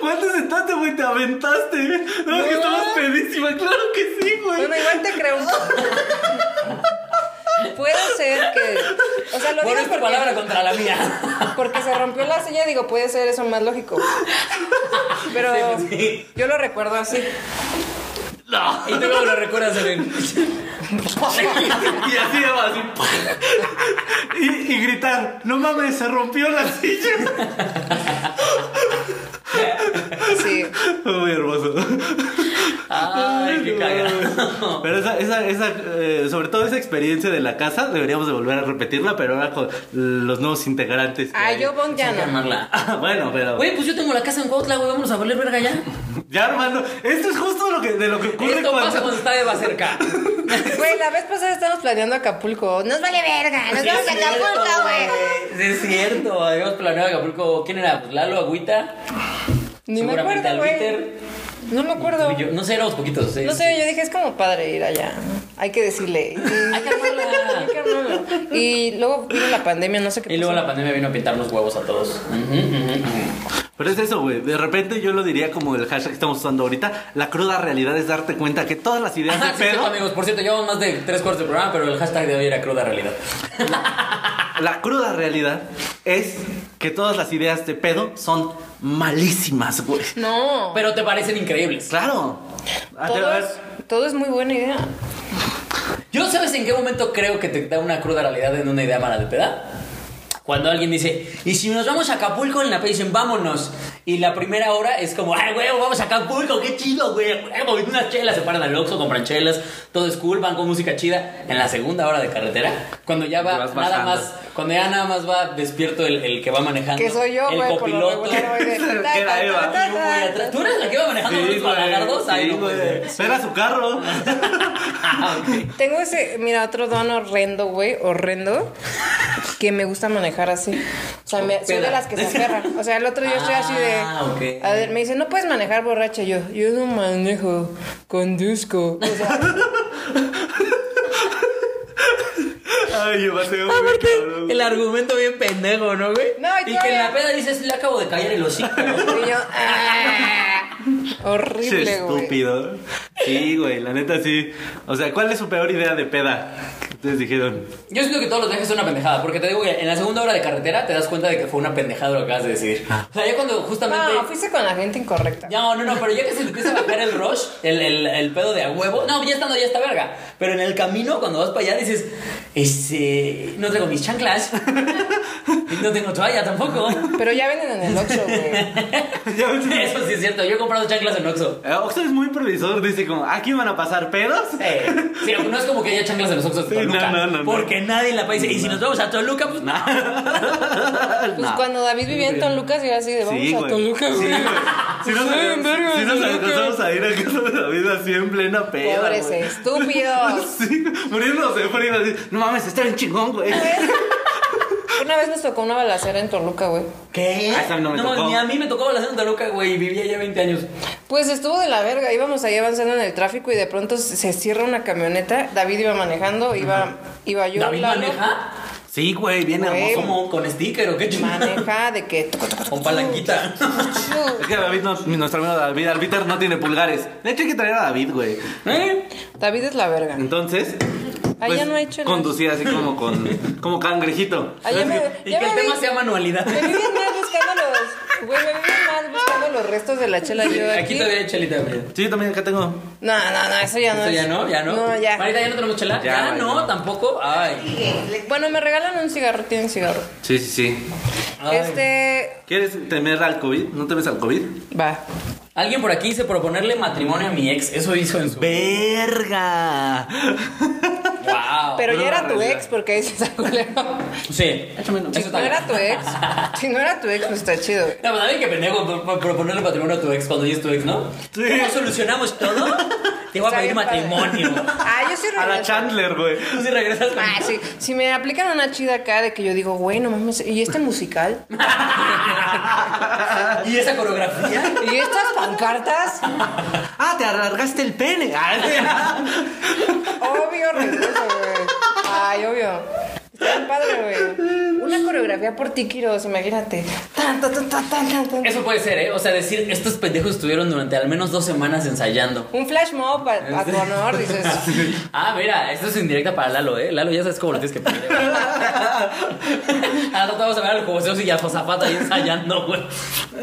Speaker 2: ¿Cuánto sentaste, güey? Te aventaste. No, es que
Speaker 3: No.
Speaker 2: estabas pedísima. Claro que sí, güey.
Speaker 3: Bueno, igual te creo. Puede ser que. O sea, lo
Speaker 1: Bueno,
Speaker 3: digo
Speaker 1: es tu
Speaker 3: porque,
Speaker 1: palabra contra la mía.
Speaker 3: porque se rompió la silla, digo, puede ser eso más lógico. Pero
Speaker 1: Sí, sí.
Speaker 3: yo lo recuerdo así.
Speaker 2: No.
Speaker 1: Y tú cómo lo recuerdas, Eren.
Speaker 2: Y así va, así. ¡pum! Y, y gritar, no mames, se rompió la silla.
Speaker 3: Sí.
Speaker 2: Muy hermoso.
Speaker 1: Ay, qué cagada.
Speaker 2: Pero esa, esa, esa eh, sobre todo esa experiencia de la casa, deberíamos de volver a repetirla, pero ahora con los nuevos integrantes. que
Speaker 3: Ah,
Speaker 2: hay.
Speaker 3: yo Bong ya no.
Speaker 1: Llamarla.
Speaker 2: Ah, bueno, pero.
Speaker 1: Güey, pues yo tengo la casa en Cuautla, güey, vámonos a valer verga ya.
Speaker 2: Ya, hermano, esto es justo lo que, de lo que ocurre
Speaker 1: Esto
Speaker 2: cuando.
Speaker 1: pasa cuando está Eva cerca.
Speaker 3: Güey, la vez pasada estábamos planeando Acapulco. Nos vale verga, nos
Speaker 1: Sí,
Speaker 3: vamos a
Speaker 1: es cierto,
Speaker 3: Acapulco, güey.
Speaker 1: Sí, es cierto. Habíamos planeado Acapulco. ¿Quién era? Pues Lalo, Agüita.
Speaker 3: Ni me
Speaker 1: seguramente
Speaker 3: acuerdo, güey.
Speaker 1: Albiter,
Speaker 3: No me acuerdo.
Speaker 1: y yo. No sé, éramos poquitos. sí,
Speaker 3: No
Speaker 1: sí.
Speaker 3: sé, yo dije, es como padre ir allá. Hay que decirle.
Speaker 1: Hay que armarla.
Speaker 3: Hay que armarlo. Y luego vino la pandemia, no sé qué
Speaker 1: Y luego
Speaker 3: pasó.
Speaker 1: la pandemia vino a pintar los huevos a todos. Ujú, ujú, ujú.
Speaker 2: Pero es eso, güey. De repente yo lo diría como el hashtag que estamos usando ahorita. La cruda realidad es darte cuenta que todas las ideas
Speaker 1: Ajá, sí,
Speaker 2: de
Speaker 1: cierto,
Speaker 2: pedo.
Speaker 1: amigos. Por cierto, llevamos más de tres cuartos del programa, pero el hashtag de hoy era cruda realidad.
Speaker 2: La cruda realidad es que todas las ideas de pedo son malísimas, güey.
Speaker 3: No.
Speaker 1: Pero te parecen increíbles.
Speaker 2: Claro.
Speaker 1: Ah,
Speaker 2: Ah, A ver,
Speaker 3: todo,
Speaker 2: a ver.
Speaker 3: es, todo es muy buena idea.
Speaker 1: Yo sabes en qué momento creo que te da una cruda realidad en una idea mala de peda. Cuando alguien dice, y si nos vamos a Acapulco en la peda, dicen, vámonos. Y la primera hora es como, ay, güey, vamos a Acapulco, qué chido, güey, huevo, y unas chelas, se paran al Oxxo, compran chelas, todo es cool, van con música chida. En la segunda hora de carretera, cuando ya va
Speaker 2: Vas
Speaker 1: nada
Speaker 2: bajando.
Speaker 1: más, cuando ya nada más va despierto el, el que va manejando.
Speaker 3: Que soy yo,
Speaker 1: Ah, el
Speaker 3: güey, por lo
Speaker 1: copiloto.
Speaker 3: regular voy de-
Speaker 2: Que era Eva.
Speaker 1: Y yo voy atrás. ¿Tú eres la que va manejando
Speaker 2: Sí,
Speaker 1: unos palagardos? Ay,
Speaker 2: güey.
Speaker 1: no pues.
Speaker 2: Sí,
Speaker 1: puede ser.
Speaker 2: güey. Espera su carro.
Speaker 1: Ah, ok.
Speaker 3: Tengo ese, mira, otro don horrendo, güey, horrendo, que me gusta manejar así. O sea, me- soy de
Speaker 1: Peda.
Speaker 3: las que se aferra. O sea, el otro día estoy así de.
Speaker 1: Ah, ok.
Speaker 3: A ver, me dice, no puedes manejar borracha. Yo, yo no manejo, conduzco. O sea,
Speaker 2: Ay, yo paseo.
Speaker 1: Ah, Aparte, el argumento bien pendejo, ¿no, güey?
Speaker 3: No, y
Speaker 1: y que en
Speaker 3: todavía-
Speaker 1: la peda dices, le acabo de callar el hocico. ¿no?"
Speaker 3: y yo, "Ah". horrible, güey.
Speaker 2: estúpido. Sí, güey, la neta sí. O sea, ¿cuál es su peor idea de peda? Que Ustedes dijeron.
Speaker 1: Yo siento que todos los viajes son una pendejada, porque te digo que en la segunda hora de carretera te das cuenta de que fue una pendejada lo que acabas de decir.
Speaker 2: Ah.
Speaker 1: O sea, ya cuando justamente...
Speaker 3: No, fuiste con la gente incorrecta.
Speaker 1: No, no, no, pero ya que se te empieza a bajar el rush, el, el, el pedo de a huevo. No, ya estando ya está verga. Pero en el camino, cuando vas para allá, dices, este, no traigo mis chanclas. No tengo toalla tampoco.
Speaker 3: Pero ya venden en el Oxxo, güey.
Speaker 2: Ya ves.
Speaker 1: Eso sí es cierto, yo he comprado chanclas en Oxxo.
Speaker 2: Eh, Oxxo es muy previsor, dice como, ¿aquí van a pasar pedos?
Speaker 1: Sí, sí, no es como que haya chanclas en los Oxxos de
Speaker 2: Sí, no,
Speaker 1: Toluca.
Speaker 2: no, no, no.
Speaker 1: porque nadie en la país dice, y si nos vamos a Toluca, pues nada.
Speaker 3: Pues cuando David vivía en Toluca, yo así de vamos
Speaker 2: Sí,
Speaker 3: a
Speaker 2: güey.
Speaker 3: Toluca,
Speaker 2: Sí,
Speaker 3: güey.
Speaker 2: güey. Si nos,
Speaker 3: Soy un verga de
Speaker 2: si nos
Speaker 3: Toluca.
Speaker 2: alcanzamos a ir a casa de David así en plena peda.
Speaker 3: Pobres
Speaker 2: güey.
Speaker 3: estúpidos.
Speaker 2: Sí, muriéndonos de frío así. No mames, está bien chingón, güey.
Speaker 3: Una vez nos tocó una balacera en Toluca, güey.
Speaker 1: ¿Qué?
Speaker 2: Ah, esa no me tocó.
Speaker 1: ni a mí me tocó la en Toluca, güey, y vivía ya 20 años.
Speaker 3: Pues estuvo de la verga, íbamos ahí avanzando en el tráfico y de pronto se se cierra una camioneta. David iba manejando, iba, iba yo.
Speaker 1: ¿David
Speaker 3: Lalo.
Speaker 1: maneja?
Speaker 2: Sí, güey, bien
Speaker 3: Güey.
Speaker 2: hermoso.
Speaker 1: ¿Cómo? ¿Con sticker o qué chingada?
Speaker 3: Maneja de que. tucu, tucu,
Speaker 1: Con palanquita.
Speaker 3: tucu.
Speaker 2: Es que David, no- nuestro amigo David Arbiter no tiene pulgares. De hecho, hay que traer a David, güey.
Speaker 1: ¿Eh?
Speaker 3: David es la verga.
Speaker 2: Entonces, pues,
Speaker 3: Ah, ya no ha hecho nada.
Speaker 2: conducía así como con como cangrejito.
Speaker 3: Ah, ya me-
Speaker 1: Y
Speaker 3: ya
Speaker 1: que el
Speaker 3: me
Speaker 1: tema
Speaker 3: vi-
Speaker 1: sea manualidad.
Speaker 3: Me vivían más buscando los. Güey, me vivían más buscando los restos de la chela yo
Speaker 1: Aquí
Speaker 3: aquí.
Speaker 1: todavía hay chelita, güey.
Speaker 2: Sí, yo también acá tengo.
Speaker 3: No, no, no, eso ya no.
Speaker 1: ¿Esto
Speaker 3: es-
Speaker 1: ya no? ¿Ya no?
Speaker 3: No, ya.
Speaker 1: Marita, ¿ya no tenemos chela?
Speaker 2: Ya,
Speaker 1: Ya,
Speaker 2: güey,
Speaker 1: no,
Speaker 2: no.
Speaker 1: tampoco. Ay.
Speaker 4: Sigue.
Speaker 3: Bueno, me regalan un cigarro, tienen cigarro.
Speaker 2: Sí, sí, sí.
Speaker 1: Ay.
Speaker 3: Este.
Speaker 2: ¿Quieres temer al COVID? ¿No temes al COVID?
Speaker 3: Va.
Speaker 1: Alguien por aquí dice proponerle matrimonio a mi ex. Eso hizo en su...
Speaker 2: ¡Verga!
Speaker 1: Wow.
Speaker 3: Pero ya
Speaker 2: Prueba
Speaker 3: era tu
Speaker 2: realidad.
Speaker 3: ex, porque ahí se sacó el-
Speaker 1: Sí.
Speaker 3: Si
Speaker 1: Eso
Speaker 3: no
Speaker 1: está bien.
Speaker 3: era tu ex, si no era tu ex, pues está chido.
Speaker 1: No, pero también que pendejo por- por proponerle matrimonio a tu ex cuando ya es tu ex, ¿no?
Speaker 2: Sí.
Speaker 1: ¿Cómo solucionamos todo? Te voy a
Speaker 3: Está
Speaker 1: pedir
Speaker 3: bien padre.
Speaker 1: matrimonio.
Speaker 3: Ah, yo sí
Speaker 2: A la
Speaker 3: regreso.
Speaker 2: Chandler, güey.
Speaker 1: Tú si regresas con...
Speaker 3: Ah, sí. Si me aplican una chida acá de que yo digo, güey, no mames, ¿y este musical?
Speaker 1: ¿Y esa coreografía?
Speaker 3: ¿Y estas pancartas?
Speaker 2: Ah, te alargaste el pene. Ah,
Speaker 3: Obvio, regreso, güey. Ay, obvio. Está bien padre, güey. Una coreografía por ti, Quiroz, imagínate. Tan, tan, tan, tan, tan, tan, tan.
Speaker 1: Eso puede ser, ¿eh? O sea, decir, estos pendejos estuvieron durante al menos dos semanas ensayando.
Speaker 3: Un flash mob pa- a tu honor, dices.
Speaker 1: Ah, mira, esto es indirecta para Lalo, ¿eh? Lalo, ya sabes cómo lo tienes que poner. Ahora te vamos a ver al Joseos y a Josafata ahí ensayando, güey.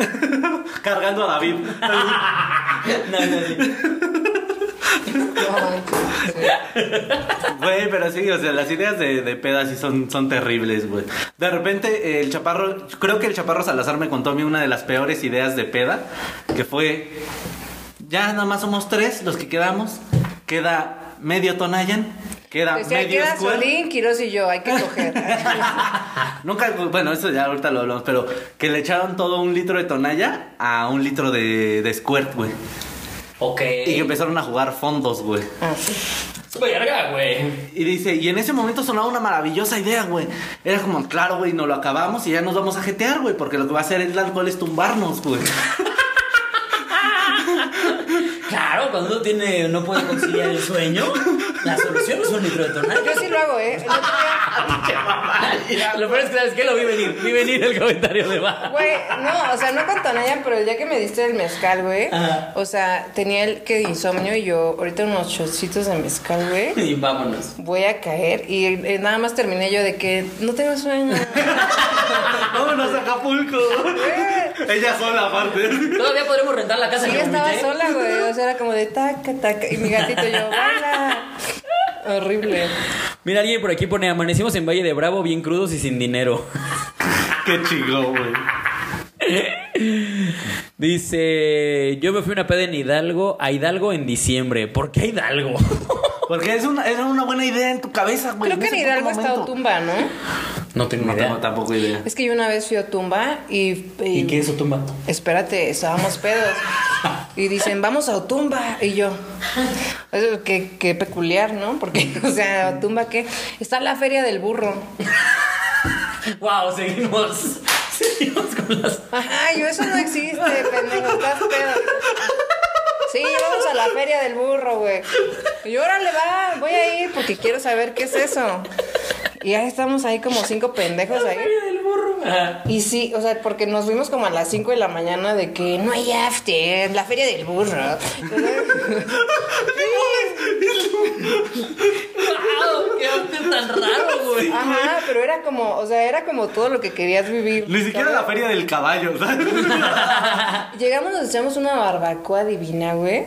Speaker 2: Cargando a David.
Speaker 1: No, no, no.
Speaker 3: No, manches.
Speaker 2: Güey, pero sí, o sea, las ideas de, de peda sí son, son terribles, güey. De repente, eh, el chaparro, creo que el chaparro Salazar me contó a mí una de las peores ideas de peda, que fue, ya nada más somos tres los que quedamos, queda medio Tonayan, queda
Speaker 3: Decía,
Speaker 2: medio
Speaker 3: queda
Speaker 2: Square.
Speaker 3: Solín, Quiroz y yo, hay que coger.
Speaker 2: Nunca, bueno, eso ya ahorita lo hablamos, pero que le echaron todo un litro de Tonaya a un litro de, de Squirt, güey.
Speaker 1: Ok.
Speaker 2: Y que empezaron a jugar fondos, güey.
Speaker 3: Ah, sí.
Speaker 1: Verga, güey.
Speaker 2: Y dice, y en ese momento sonaba una maravillosa idea, güey. Era como, claro, güey, nos lo acabamos y ya nos vamos a jetear, güey, porque lo que va a hacer el alcohol es tumbarnos, güey.
Speaker 1: Claro, cuando uno tiene, no puede conciliar el sueño, la solución es un litro de tonal.
Speaker 3: Yo sí lo hago, ¿eh? El otro día-
Speaker 1: Lo peor es que, ¿sabes qué? Lo vi venir. Vi venir el comentario de va.
Speaker 3: Güey, no, o sea, no con tonalla, pero el día que me diste el mezcal, güey,
Speaker 1: Ajá.
Speaker 3: o sea, tenía el que de insomnio y yo ahorita unos chocitos de mezcal, güey.
Speaker 1: Y vámonos.
Speaker 3: Voy a caer y eh, nada más terminé yo de que no tengo sueño.
Speaker 2: Vámonos a Acapulco. Ella sola, aparte.
Speaker 1: Todavía podremos rentar la casa ¿eh?
Speaker 3: Sí,
Speaker 1: que
Speaker 3: estaba
Speaker 1: vomité.
Speaker 3: sola, güey. O sea, era como de taca, taca. Y mi gatito yo, hola. Horrible.
Speaker 1: Mira, alguien por aquí pone, amanecimos en Valle de Bravo bien crudos y sin dinero.
Speaker 2: Qué chico, güey.
Speaker 1: Dice, yo me fui una peda en Hidalgo, a Hidalgo en diciembre. ¿Por qué Hidalgo?
Speaker 2: Porque es una, era una buena idea en tu cabeza, güey.
Speaker 3: Creo que en Hidalgo está Otumba, ¿no?
Speaker 1: No tengo
Speaker 2: No
Speaker 1: idea.
Speaker 2: tengo tampoco idea.
Speaker 3: Es que yo una vez fui a Otumba y.
Speaker 1: ¿Y qué es Otumba?
Speaker 3: Espérate, estábamos pedos. Y dicen, vamos a Otumba. Y yo, "Eso, qué, qué peculiar, ¿no? Porque, o sea, Otumba, ¿qué? Está la feria del burro.
Speaker 1: Wow, seguimos. Seguimos con las.
Speaker 3: Ajá, yo, eso no existe, pendejo, estás pedo. Sí, vamos a la feria del burro, güey. Y yo, órale, va, voy a ir porque quiero saber qué es eso. Y ya estamos ahí como cinco pendejos ahí.
Speaker 1: del burro. Ah, Ajá.
Speaker 3: Y sí, o sea, porque nos fuimos como a las 5 de la mañana de que no hay after, la feria del burro.
Speaker 1: Wow, qué after tan raro, güey.
Speaker 3: Ajá, pero era como, o sea, era como todo lo que querías vivir.
Speaker 2: Ni siquiera la feria del caballo, ¿sabes?
Speaker 3: Llegamos, nos echamos una barbacoa divina, güey.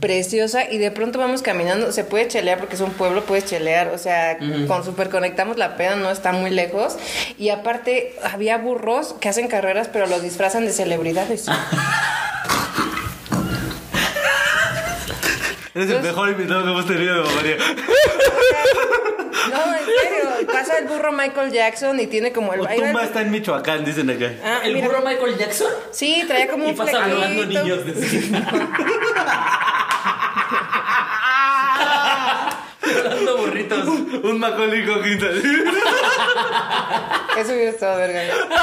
Speaker 3: Preciosa. Y de pronto vamos caminando. Se puede chelear porque es un pueblo, puedes chelear. O sea, con super conectamos la peda, no está muy lejos. Y aparte, había burros que hacen carreras, pero los disfrazan de celebridades.
Speaker 1: Ah.
Speaker 2: Eres el mejor invitado que hemos tenido de memoria.
Speaker 3: No, en serio. Pasa el burro Michael Jackson y tiene como el ahí va el-
Speaker 2: Otumba está en Michoacán, dicen acá.
Speaker 3: Ah,
Speaker 1: ¿El
Speaker 3: mira.
Speaker 1: burro Michael Jackson?
Speaker 3: Sí, traía como
Speaker 1: Y
Speaker 3: un
Speaker 1: pasa robando
Speaker 3: flequito.
Speaker 1: niños. decía. Robando burritos.
Speaker 2: Un macólico quinta. Sí
Speaker 3: Eso hubiera estado verga. güey.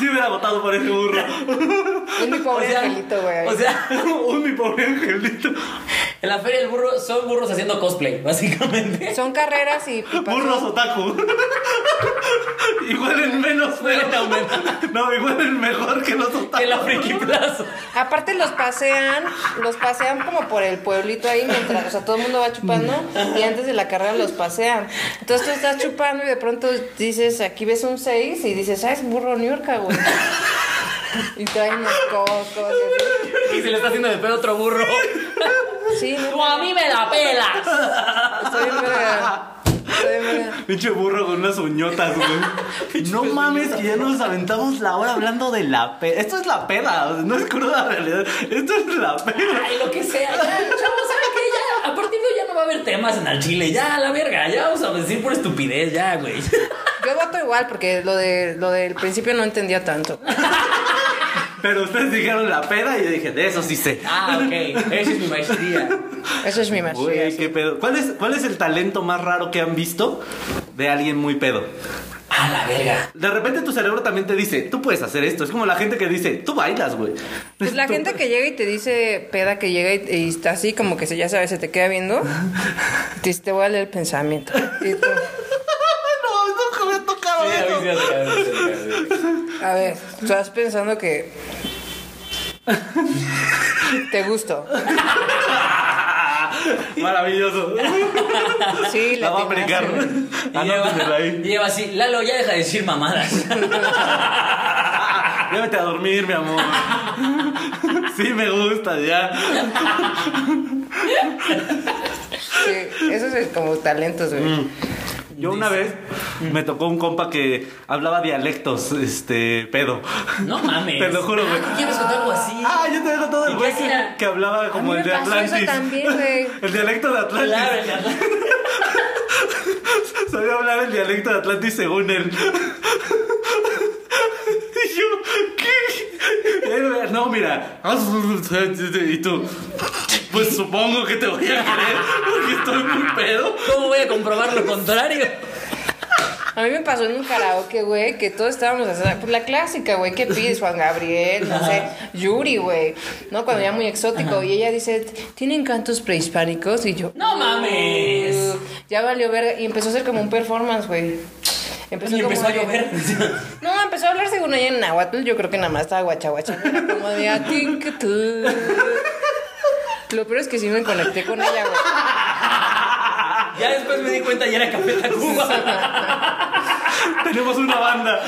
Speaker 2: me hubiera votado por ese burro.
Speaker 3: Es mi pobre angelito, güey.
Speaker 1: o sea,
Speaker 2: Un mi pobre angelito.
Speaker 1: en la feria del burro son burros haciendo cosplay, básicamente.
Speaker 3: Son carreras y... y pasó-
Speaker 2: Burros otaku. Igual en menos feo.
Speaker 1: Huelen a humedad.
Speaker 2: No, igual en mejor que los otaku.
Speaker 1: En la friki plaza.
Speaker 3: Aparte los pasean, los pasean como por el pueblito ahí mientras, o sea, todo el mundo va chupando y antes de la carrera los pasean. Entonces tú estás chupando y de pronto dices, aquí ves un 6 y dices, ah, es burro New York, güey. Y traen unos cocos. y
Speaker 1: Y se le está haciendo de pedo otro burro.
Speaker 3: así. Sí,
Speaker 1: ¡Tú
Speaker 3: no,
Speaker 1: a mí me la pelas!
Speaker 3: estoy bien verga. Estoy bien verga.
Speaker 2: Pinche burro con unas uñotas, güey. no mames, que ya nos aventamos la hora hablando de la peda. Esto es la peda, o sea, no es cruda realidad. Esto es la peda.
Speaker 1: Ay, lo que sea. Ya, chavos, ¿saben qué? Ya, a partir de hoy ya no va a haber temas en el Chile. Ya, a la verga. Ya vamos a decir por estupidez, ya, güey.
Speaker 3: Yo voto igual porque lo de lo del principio no entendía tanto.
Speaker 2: Pero ustedes dijeron la peda y yo dije, de eso sí sé.
Speaker 1: Ah, ok. Esa es mi maestría.
Speaker 3: Eso es mi maestría.
Speaker 2: Güey, qué pedo. ¿Cuál es, ¿Cuál es el talento más raro que han visto de alguien muy pedo?
Speaker 1: A la verga.
Speaker 2: De repente tu cerebro también te dice, tú puedes hacer esto. Es como la gente que dice, tú bailas, güey.
Speaker 3: Pues la
Speaker 2: Tú-
Speaker 3: gente que llega y te dice peda que llega y, y está así como que se, ya sabes, se te queda viendo. Te dice, te voy a leer el pensamiento. Y tú,
Speaker 2: No, nunca me ha tocado eso.
Speaker 3: a ver, estás pensando que te gusto.
Speaker 2: Maravilloso.
Speaker 3: Sí,
Speaker 2: La va a
Speaker 3: atinaste.
Speaker 2: aplicar.
Speaker 1: Y
Speaker 2: Anótenmela
Speaker 1: lleva,
Speaker 2: ahí.
Speaker 1: y lleva así, Lalo, ya deja de decir mamadas.
Speaker 2: Ya vete a dormir, mi amor. Sí, me gusta, ya.
Speaker 3: Sí, eso es como talentos, güey.
Speaker 2: Yo una vez me tocó un compa que hablaba dialectos, este, pedo.
Speaker 1: No mames.
Speaker 2: Te lo juro, güey.
Speaker 1: Ah, ¿tú ¿Quieres contar algo así?
Speaker 2: Ah, yo te digo todo el
Speaker 1: ¿Y
Speaker 2: güey
Speaker 1: qué
Speaker 2: que,
Speaker 1: hacía?
Speaker 2: que hablaba como
Speaker 3: mí
Speaker 2: el
Speaker 3: me
Speaker 2: de
Speaker 3: pasó eso
Speaker 2: Atlantis.
Speaker 3: también, güey.
Speaker 2: El dialecto de Atlantis.
Speaker 1: Claro, el de Atlantis.
Speaker 2: Sabía hablar el dialecto de Atlantis según él. Y yo, ¿qué? Y él, no, mira. Y tú, Pues supongo que te voy a creer porque estoy muy pedo.
Speaker 1: ¿Cómo voy a comprobar lo contrario?
Speaker 3: A mí me pasó en un karaoke, güey, que todos estábamos haciendo pues, la clásica, güey, ¿qué pides? Juan Gabriel, no sé, Yuri, güey, ¿no? Cuando ya muy exótico. Y ella dice, ¿tienen cantos prehispánicos? Y yo,
Speaker 1: ¡No mames!
Speaker 3: "Uh, Ya valió verga. Y empezó a ser como un performance, güey. Empezó
Speaker 1: Y
Speaker 3: como
Speaker 1: empezó a
Speaker 3: de-
Speaker 1: llover.
Speaker 3: No, empezó a hablar según ella en náhuatl. Yo creo que nada más estaba guacha guacha. Era Como de "Ah, "Atincatú". Lo peor es que sí me conecté con ella, güey.
Speaker 1: Ya después me di cuenta y era Café Tacuba.
Speaker 2: Tenemos una banda.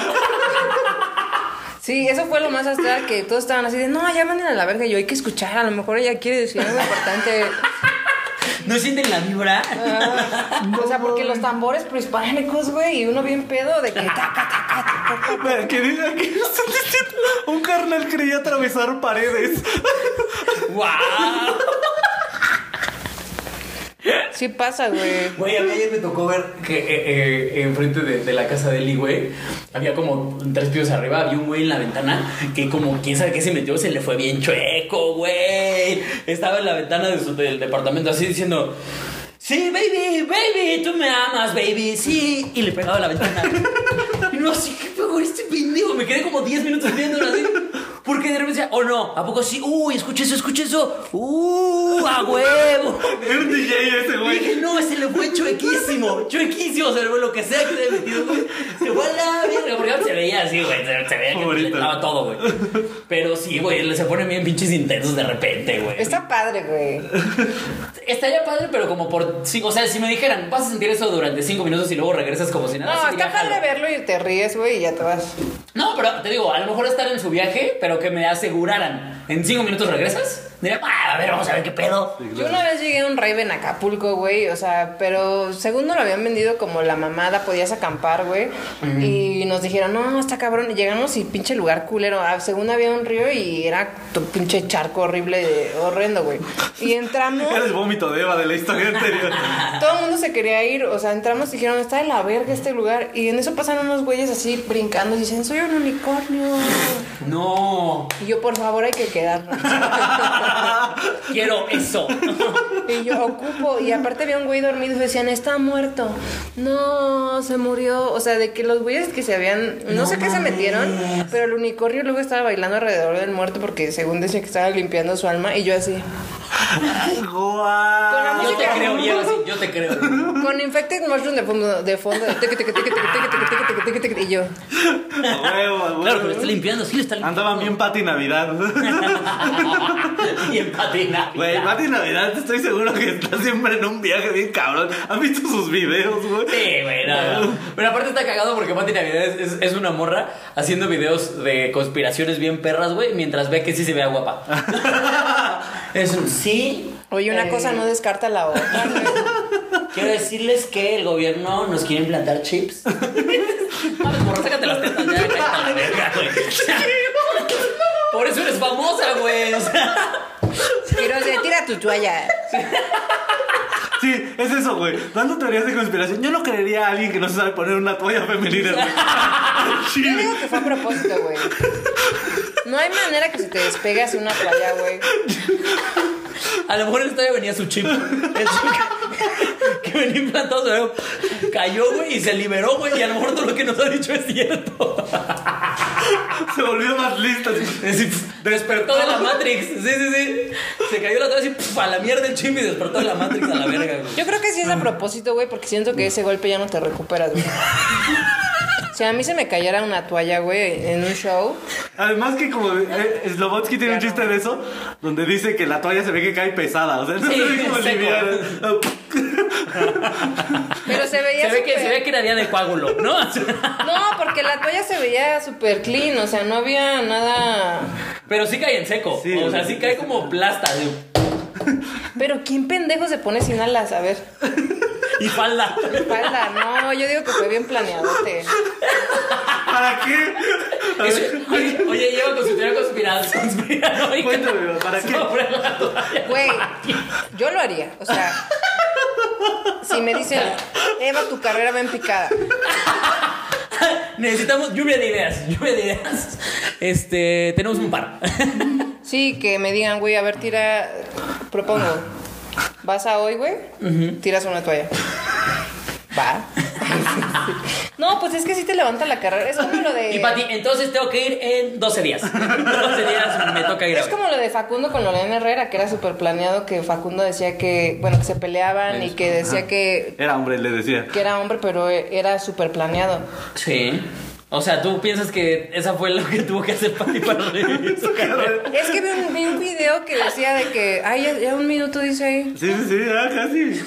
Speaker 3: Sí, eso fue lo más astral que todos estaban así de, no, ya manden a la verga, yo hay que escuchar, a lo mejor ella quiere decir algo importante.
Speaker 1: ¿No sienten la vibra?
Speaker 3: Ah, o sea, porque los tambores prehispánicos, güey, y uno bien pedo de que taca, taca, taca.
Speaker 2: Mira, Que diga que están diciendo, un carnal quería atravesar paredes.
Speaker 1: ¡Wow!
Speaker 3: Sí pasa, güey.
Speaker 1: Güey, a mí ayer me tocó ver que eh, eh, enfrente de, de la casa de Eli, güey, había como tres pisos arriba, había un güey en la ventana que como quién sabe qué se metió, se le fue bien chueco, güey. Estaba en la ventana de su- del departamento así diciendo, sí, baby, baby, tú me amas, baby, sí. Y le pegaba a la ventana. Y no, así que pegó este pendejo. Me quedé como 10 minutos viéndolo así. Porque de repente decía, oh no, ¿a poco sí? Uy, escucha eso, escucha eso. Uh, a huevo.
Speaker 2: Es un DJ ese
Speaker 1: Y
Speaker 2: güey.
Speaker 1: Dije, no, ese le fue chuequísimo, chuequísimo, o sea, güey, lo que sea que le haya metido, güey, se fue a la verga, porque se veía así, güey, se, se veía que
Speaker 2: Favorito.
Speaker 1: estaba todo, güey. Pero sí, güey, se ponen bien pinches intensos de repente, güey.
Speaker 3: Está padre, güey.
Speaker 1: Estaría padre, pero como por, sí, o sea, si me dijeran, vas a sentir eso durante cinco minutos y luego regresas como si nada.
Speaker 3: No,
Speaker 1: sí
Speaker 3: está
Speaker 1: diría,
Speaker 3: padre
Speaker 1: "Jalo".
Speaker 3: verlo y te ríes, güey, y ya te vas.
Speaker 1: No, pero te digo, a lo mejor estar en su viaje, pero que me aseguraran, en cinco minutos regresas, diría, "Ah, a ver, vamos a ver qué pedo.
Speaker 3: Yo una vez llegué a un rave en Acapulco, güey, o sea, pero según no lo habían vendido como la mamada, podías acampar, güey, y nos dijeron, no, está cabrón, y llegamos y pinche lugar culero, ah, según había un río y era tu pinche charco horrible, de- horrendo, güey, y entramos,
Speaker 2: Eres vómito de Eva de la historia anterior.
Speaker 3: todo el mundo se quería ir, o sea, entramos y dijeron, está de la verga este lugar, y en eso pasaron unos güeyes así brincando y dicen, soy un unicornio,
Speaker 1: No,
Speaker 3: y yo, por favor, hay que quedarnos.
Speaker 1: quiero eso.
Speaker 3: Y yo ocupo, y aparte había un güey dormido y decían, está muerto. No, se murió. O sea, de que los güeyes que se habían, no,
Speaker 1: No
Speaker 3: sé qué se
Speaker 1: mames.
Speaker 3: metieron, pero el unicornio luego estaba bailando alrededor del muerto porque según decía que estaba limpiando su alma, y yo así. Con la
Speaker 2: Guau.
Speaker 1: Yo te
Speaker 3: música.
Speaker 1: creo, Diego, sí, yo te creo.
Speaker 3: Con Infected Mushroom de fondo, de fondo, de tiqui, tiqui, tiqui, tiqui, tiqui, tiqui, tiqui, tiqui, tiqui, y yo.
Speaker 2: A huevo,
Speaker 1: Claro
Speaker 2: a
Speaker 1: que lo
Speaker 2: huevo.
Speaker 1: está limpiando, sí lo está limpiando.
Speaker 2: Andaban bien Pati Navidad.
Speaker 1: y en patinaje.
Speaker 2: Güey, Pati Navidad, estoy seguro que está siempre en un viaje bien cabrón. ¿Han visto sus videos, güey?
Speaker 1: Sí, güey, no, no. Pero aparte está cagado porque Pati Navidad es, es- es una morra haciendo videos de conspiraciones bien perras, güey, mientras ve que sí se vea guapa. es un sí.
Speaker 3: Oye, una
Speaker 1: eh,
Speaker 3: cosa no descarta la otra.
Speaker 1: Quiero decirles que el gobierno nos quiere implantar chips. Mames, morra, sácate las tetas ya, cállate a la verga, güey. Por eso eres famosa, güey. O sea,
Speaker 3: Quiero decir, tira tu toalla.
Speaker 2: Sí, es eso, güey. Dando teorías de conspiración. Yo no creería a alguien que no se sabe poner una toalla femenina, güey. Sí.
Speaker 3: Yo digo que fue a propósito, güey. No hay manera que se te despegue así una playa, güey.
Speaker 1: a lo mejor en esta ya venía su chip. El chip que, que venía implantado, se ve, cayó, güey, y se liberó, güey. Y a lo mejor todo lo que nos ha dicho es cierto.
Speaker 2: Se volvió más lista.
Speaker 1: Es decir, pf, despertó de la Matrix. Sí, sí, sí. Se cayó la otra vez y pf, a la mierda el chip y despertó de la Matrix a la verga, güey.
Speaker 3: Yo creo que sí
Speaker 1: Mm.
Speaker 3: es a propósito, güey, porque siento que ese golpe ya no te recuperas, güey. Si a mí se me cayera una toalla, güey, en un show,
Speaker 2: Además que como eh, Slobotsky tiene un
Speaker 3: Ya no.
Speaker 2: chiste de eso, donde dice que la toalla se ve que cae pesada. O sea, no
Speaker 1: Sí,
Speaker 2: se ve como
Speaker 1: seco.
Speaker 2: liviana.
Speaker 3: pero se veía
Speaker 1: Se ve, que,
Speaker 3: súper-
Speaker 1: se ve que era día de coágulo, ¿no? O sea,
Speaker 3: No, porque la toalla se veía súper clean, o sea, no había nada...
Speaker 1: Pero sí cae en seco.
Speaker 2: Sí,
Speaker 1: o sea,
Speaker 2: güey.
Speaker 1: sí cae como plasta, güey.
Speaker 3: Pero ¿quién pendejo se pone sin alas? A ver,
Speaker 1: Y falda.
Speaker 3: espalda, no, yo digo que fue bien planeadote.
Speaker 2: ¿Para qué? A
Speaker 1: Eso-
Speaker 2: ver,
Speaker 1: oye, oye, lleva con su teoría conspirada- conspiranoica.
Speaker 2: Cuéntame, ¿para qué?
Speaker 1: sobre la toalla.
Speaker 3: Güey, yo lo haría, o sea... Si me dicen, Eva, tu carrera va en picada.
Speaker 1: Necesitamos lluvia de ideas, lluvia de ideas. Este, tenemos un par.
Speaker 3: Sí, que me digan, güey, a ver, tira Propongo. Vas a hoy, güey, tiras una toalla. Va. no, pues es que sí te levanta la carrera. Es como lo de.
Speaker 1: Y Pati, entonces tengo que ir en 12 días. 12 días me toca ir a
Speaker 3: Es como lo de Facundo con Lorena Herrera, que era súper planeado, que Facundo decía que, bueno, que se peleaban y que decía que,
Speaker 2: Era hombre, le decía.
Speaker 3: que era hombre, pero era súper planeado.
Speaker 1: Sí. O sea, ¿tú piensas que esa fue lo que tuvo que hacer Pati para revivir su carrera?
Speaker 3: Es que vi un, vi un video que decía de que, ay, ya, ya un minuto dice ahí.
Speaker 2: Sí, sí, sí, ah, casi.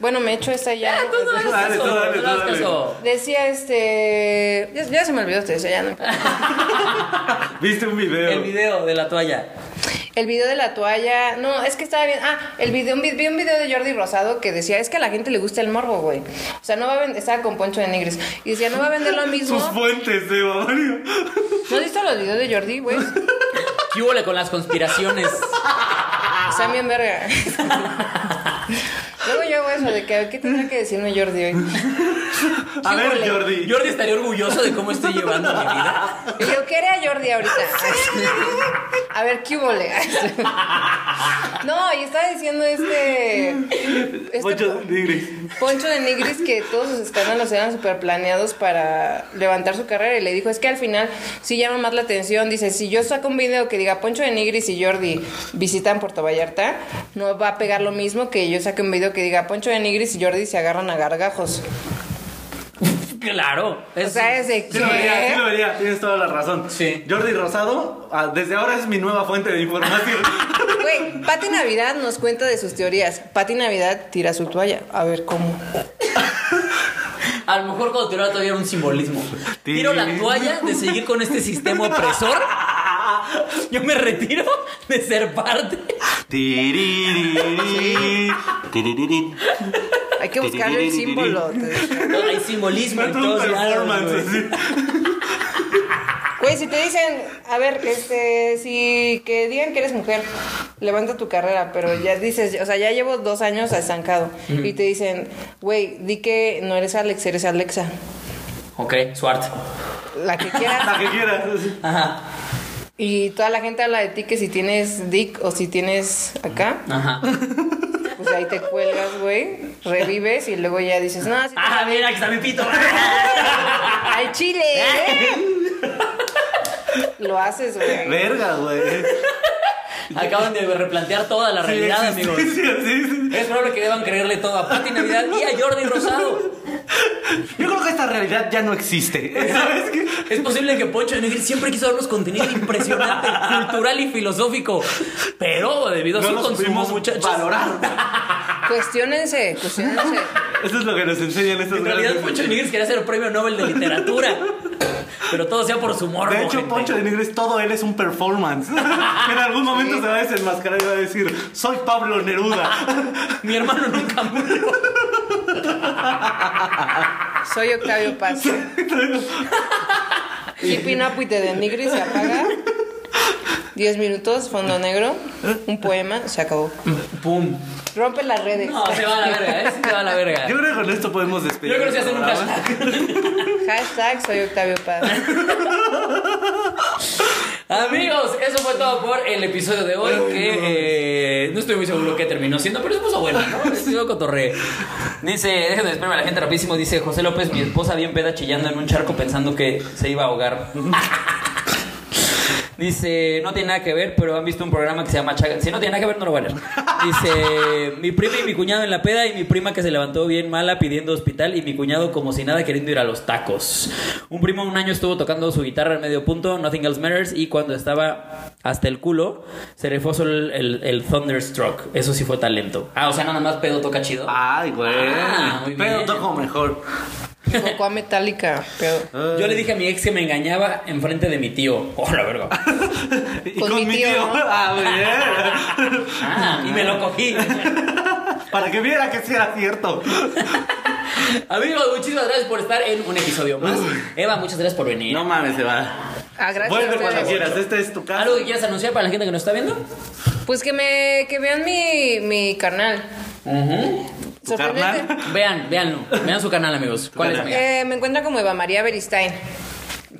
Speaker 3: Bueno, me echo esta ya.
Speaker 1: Ah, tú no hagas
Speaker 2: Dale,
Speaker 1: eso,
Speaker 2: tú dale,
Speaker 1: no
Speaker 2: tú
Speaker 1: hagas
Speaker 2: dale.
Speaker 1: eso.
Speaker 3: Decía este. Ya, ya se me olvidó, te decía ya no.
Speaker 2: Viste un video.
Speaker 1: El video de la toalla.
Speaker 3: El video de la toalla. No, es que estaba bien. Ah, el video, un vi, vi un video de Jordi Rosado que decía, es que a la gente le gusta el morbo, güey. O sea, no va a vender. Estaba con Poncho de Nigris. Y decía, no va a vender lo mismo.
Speaker 2: Sus fuentes de Mario.
Speaker 3: ¿No has visto los videos de Jordi, güey?
Speaker 1: ¿Qué hubo con las conspiraciones?
Speaker 3: Están bien verga. Luego yo hago eso de que, ¿qué tendrá que decirme Jordi hoy?
Speaker 2: A ver,
Speaker 3: Híjole.
Speaker 2: Jordi.
Speaker 1: Jordi estaría orgulloso de cómo estoy llevando mi vida.
Speaker 3: Y yo, ¿qué haría Jordi ahorita? A ver, ¿qué hubo? le? No, y estaba diciendo este... este
Speaker 2: Poncho
Speaker 3: Pon-
Speaker 2: Nigris.
Speaker 3: Poncho de Nigris que todos sus escándalos eran súper planeados para levantar su carrera. Y le dijo, es que al final sí llama más la atención. Dice, si yo saco un video que diga Poncho de Nigris y Jordi visitan Puerto Vallarta, no va a pegar lo mismo que yo saque un video que diga Poncho de Nigris y Jordi se agarran a gargajos.
Speaker 1: Claro.
Speaker 3: O
Speaker 1: es-
Speaker 3: sea, es de
Speaker 2: Sí lo vería, sí lo
Speaker 3: que...
Speaker 2: vería, tienes toda la razón.
Speaker 1: Sí.
Speaker 2: Jordi Rosado, ah, desde ahora es mi nueva fuente de información.
Speaker 3: Güey, Pati Navidad nos cuenta de sus teorías. Pati Navidad tira su toalla. A ver cómo.
Speaker 1: A lo mejor cuando tiró la toalla era un simbolismo. Tiro la toalla de seguir con este sistema opresor. Yo me retiro de ser parte.
Speaker 2: Tiririri, tiriririn.
Speaker 3: Hay que buscarle el símbolo. te decía.
Speaker 1: Hay simbolismo en
Speaker 2: Meto un
Speaker 1: todos lados.
Speaker 2: performance
Speaker 1: güey.
Speaker 2: así.
Speaker 3: Güey, si te dicen, a ver, este, si que digan que eres mujer, levanta tu carrera, pero ya dices, o sea, ya llevo dos años estancado. Y te dicen, güey, di que no eres Alex, eres Alexa.
Speaker 1: Ok, Swart.
Speaker 3: La que quieras.
Speaker 2: La que quieras.
Speaker 1: Ajá,
Speaker 3: Y toda la gente habla de ti que si tienes dick o si tienes acá,
Speaker 1: ajá.
Speaker 3: pues ahí te cuelgas, güey, revives y luego ya dices, no, sí,
Speaker 1: Ah, mira, aquí está mi pito.
Speaker 3: al chile. ¿eh?". Lo haces, güey.
Speaker 2: Verga, güey.
Speaker 1: Acaban de replantear toda la realidad,
Speaker 2: Sí,
Speaker 1: amigos.
Speaker 2: sí, sí, sí.
Speaker 1: Es probable que deban creerle todo a Pati Navidad y a Jordi Rosado.
Speaker 2: Yo creo que esta realidad ya no existe. ¿Sabes qué?
Speaker 1: Es posible que Poncho de Nigri siempre quiso darnos contenido impresionante, cultural y filosófico. Pero debido a
Speaker 2: No
Speaker 1: su
Speaker 2: nos
Speaker 1: consumo,
Speaker 2: pudimos
Speaker 1: muchachos.
Speaker 2: valorar.
Speaker 3: Cuestiónense, cuestiónense.
Speaker 2: Eso es lo que nos enseñan estos
Speaker 1: En realidad,
Speaker 2: grandes-
Speaker 1: Poncho de Nigris quería ser el premio Nobel de literatura. Pero todo sea por su morbo.
Speaker 2: De hecho,
Speaker 1: gente.
Speaker 2: Poncho de Nigris, todo él es un performance. en algún momento se va a desenmascarar y va a decir, soy Pablo Neruda.
Speaker 1: Mi hermano nunca murió.
Speaker 3: Soy Octavio Paz. Keeping up with the denigris se apaga. 10 minutos, fondo negro, un poema, se acabó.
Speaker 1: ¡Pum!
Speaker 3: Rompe las redes.
Speaker 1: No, se va a la verga, ¿eh? Sí se va a la verga.
Speaker 2: Yo
Speaker 1: Yo
Speaker 2: creo que con esto podemos despedir.
Speaker 1: creo que se
Speaker 2: el
Speaker 1: hace un
Speaker 2: programa.
Speaker 1: hashtag.
Speaker 3: Hashtag soy Octavio Paz.
Speaker 1: Amigos, eso fue todo por el episodio de hoy. Que eh, no estoy muy seguro qué terminó siendo, pero se puso bueno, ¿no? Se puso cotorre. Dice, déjenme despedirme a la gente rapidísimo. Dice José López, mi esposa bien peda chillando en un charco pensando que se iba a ahogar. Dice, no tiene nada que ver, pero han visto un programa que se llama Chaga. Si no tiene nada que ver, no lo voy a leer. Dice, mi prima y mi cuñado en la peda y mi prima que se levantó bien mala pidiendo hospital y mi cuñado como si nada queriendo ir a los tacos. Un primo un año estuvo tocando su guitarra en medio punto, Nothing Else Matters, y cuando estaba hasta el culo, se le fue solo el, el- el Thunderstruck. Eso sí fue talento. Ah, o sea, nada más pedo toca chido.
Speaker 2: Ay, güey.
Speaker 1: Ah, muy
Speaker 2: Pero
Speaker 1: bien.
Speaker 2: toco mejor.
Speaker 3: Tocó a Metallica, pero
Speaker 1: Yo le dije a mi ex que me engañaba enfrente de mi tío. Oh, la verga.
Speaker 2: Y
Speaker 3: Con
Speaker 2: con,
Speaker 3: mi
Speaker 2: mi
Speaker 3: tío,
Speaker 2: tío.
Speaker 3: ¿no?
Speaker 2: Ah, muy bien.
Speaker 1: Ah, y me lo cogí.
Speaker 2: Para que viera que sí era cierto.
Speaker 1: Amigos, muchísimas gracias por estar en un episodio más. Eva, muchas gracias por venir.
Speaker 2: No mames, se va.
Speaker 3: ah, gracias a
Speaker 2: Vuelve
Speaker 3: ustedes.
Speaker 2: cuando quieras. Este es tu casa.
Speaker 1: ¿Algo que quieras anunciar para la gente que nos está viendo?
Speaker 3: Pues que me que vean mi, mi canal.
Speaker 2: ¿Tu carnal?
Speaker 1: Vean, véanlo. Vean su canal, amigos. ¿Cuál es
Speaker 2: canal.
Speaker 1: mía?
Speaker 3: Eh, me encuentran como Eva María Beristain.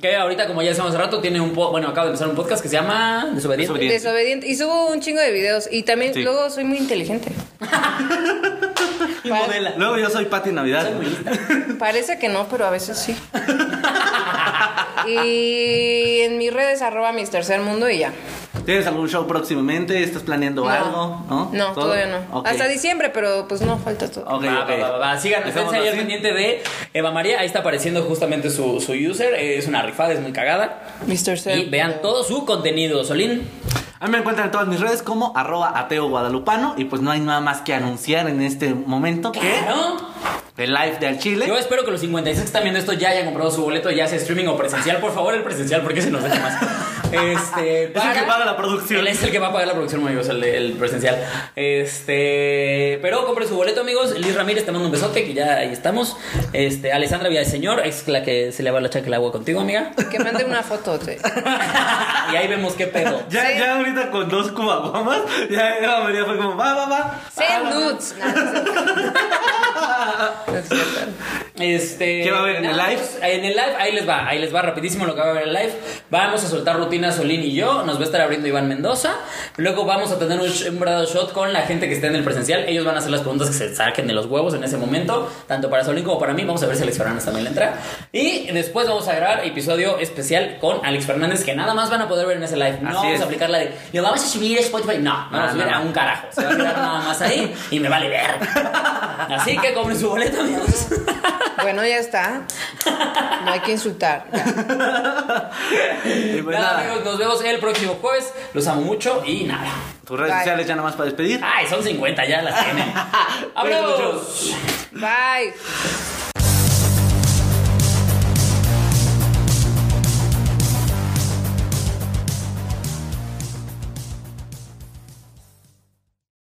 Speaker 1: Que ahorita, como ya decíamos hace rato, tiene un po bueno, acabo de empezar un podcast que se llama Desobediente.
Speaker 2: Desobediente.
Speaker 3: Desobediente. Y subo un chingo de videos. Y también
Speaker 2: Sí.
Speaker 3: luego soy muy inteligente.
Speaker 1: Y
Speaker 3: Pa-
Speaker 1: modela.
Speaker 2: Luego yo soy Pati Navidad.
Speaker 1: Soy muy lista.
Speaker 3: Parece que no, pero a veces sí. y en mis redes arroba mis tercer mundo y ya.
Speaker 2: ¿Tienes algún show próximamente? ¿Estás planeando algo? No,
Speaker 3: No,
Speaker 2: ¿Todo?
Speaker 3: todavía no.
Speaker 2: Ok. Oh.
Speaker 3: Hasta diciembre, pero pues no, falta todo.
Speaker 2: Ok,
Speaker 1: va,
Speaker 2: ok.
Speaker 1: va, va, va, va. Síganos,
Speaker 2: Dejémoslo
Speaker 1: esténse ahí al
Speaker 2: así.
Speaker 1: pendiente de Eva María. Ahí está apareciendo justamente su, su user. Eh, Es una rifada, es muy cagada.
Speaker 3: Mis tercer
Speaker 1: Y vean
Speaker 3: mundo.
Speaker 1: todo su contenido, Solín.
Speaker 2: A mí me encuentran en todas mis redes como arroba ateo guadalupano y pues no hay nada más que anunciar en este momento que
Speaker 1: Claro.
Speaker 2: el live de Al Chile.
Speaker 1: Yo espero que los 56 que están viendo esto ya hayan comprado su boleto, ya sea streaming o presencial. Por favor, el presencial, porque se nos deja más. Este,
Speaker 2: Es el que paga la producción.
Speaker 1: Él es el que va a pagar la producción, muy amigos, el, de- el presencial. Este, pero compre su boleto, amigos. Liz Ramírez te mando un besote, que ya ahí estamos. Este, Alessandra Villaseñor es la que se le va la chaca el agua contigo, amiga.
Speaker 3: Que mande una foto. te-
Speaker 1: y ahí vemos qué pedo.
Speaker 2: Ya,
Speaker 3: Sí.
Speaker 2: ya ahorita con dos cubagomas, ya Eva María fue como, va, va, va.
Speaker 3: Send nudes. No, no es cierto. No es cierto.
Speaker 1: Este.
Speaker 2: ¿Qué va a haber en el
Speaker 1: nada,
Speaker 2: live?
Speaker 1: pues, En el live, ahí les va, ahí les va rapidísimo lo que va a haber en el live. Vamos a soltar rutina Solín y yo, nos va a estar abriendo Iván Mendoza. Luego vamos a tener un, sh- un verdadero shot con la gente que esté en el presencial. Ellos van a hacer las preguntas que se saquen de los huevos en ese momento, tanto para Solín como para mí. Vamos a ver si Alex Fernández también le entra. Y después vamos a grabar episodio especial con Alex Fernández, que nada más van a poder ver en ese live. No
Speaker 2: Así
Speaker 1: vamos
Speaker 2: es.
Speaker 1: a aplicar la de, lo vamos a subir a Spotify. No, no vamos a subir
Speaker 2: no,
Speaker 1: a
Speaker 2: no.
Speaker 1: un carajo. Se va a quedar nada más ahí y me vale ver. Así que compren su boleto, amigos.
Speaker 3: Bueno, ya está. No hay que insultar. ya.
Speaker 2: Y pues
Speaker 1: nada,
Speaker 2: nada,
Speaker 1: amigos, nos vemos el próximo jueves. Los amo mucho y nada.
Speaker 2: tus redes
Speaker 3: Bye.
Speaker 2: sociales ya nada más para despedir.
Speaker 1: Ay, son 50, ya las tienen.
Speaker 2: Cuídense
Speaker 1: ¡Abrazos!
Speaker 2: mucho.
Speaker 3: Bye.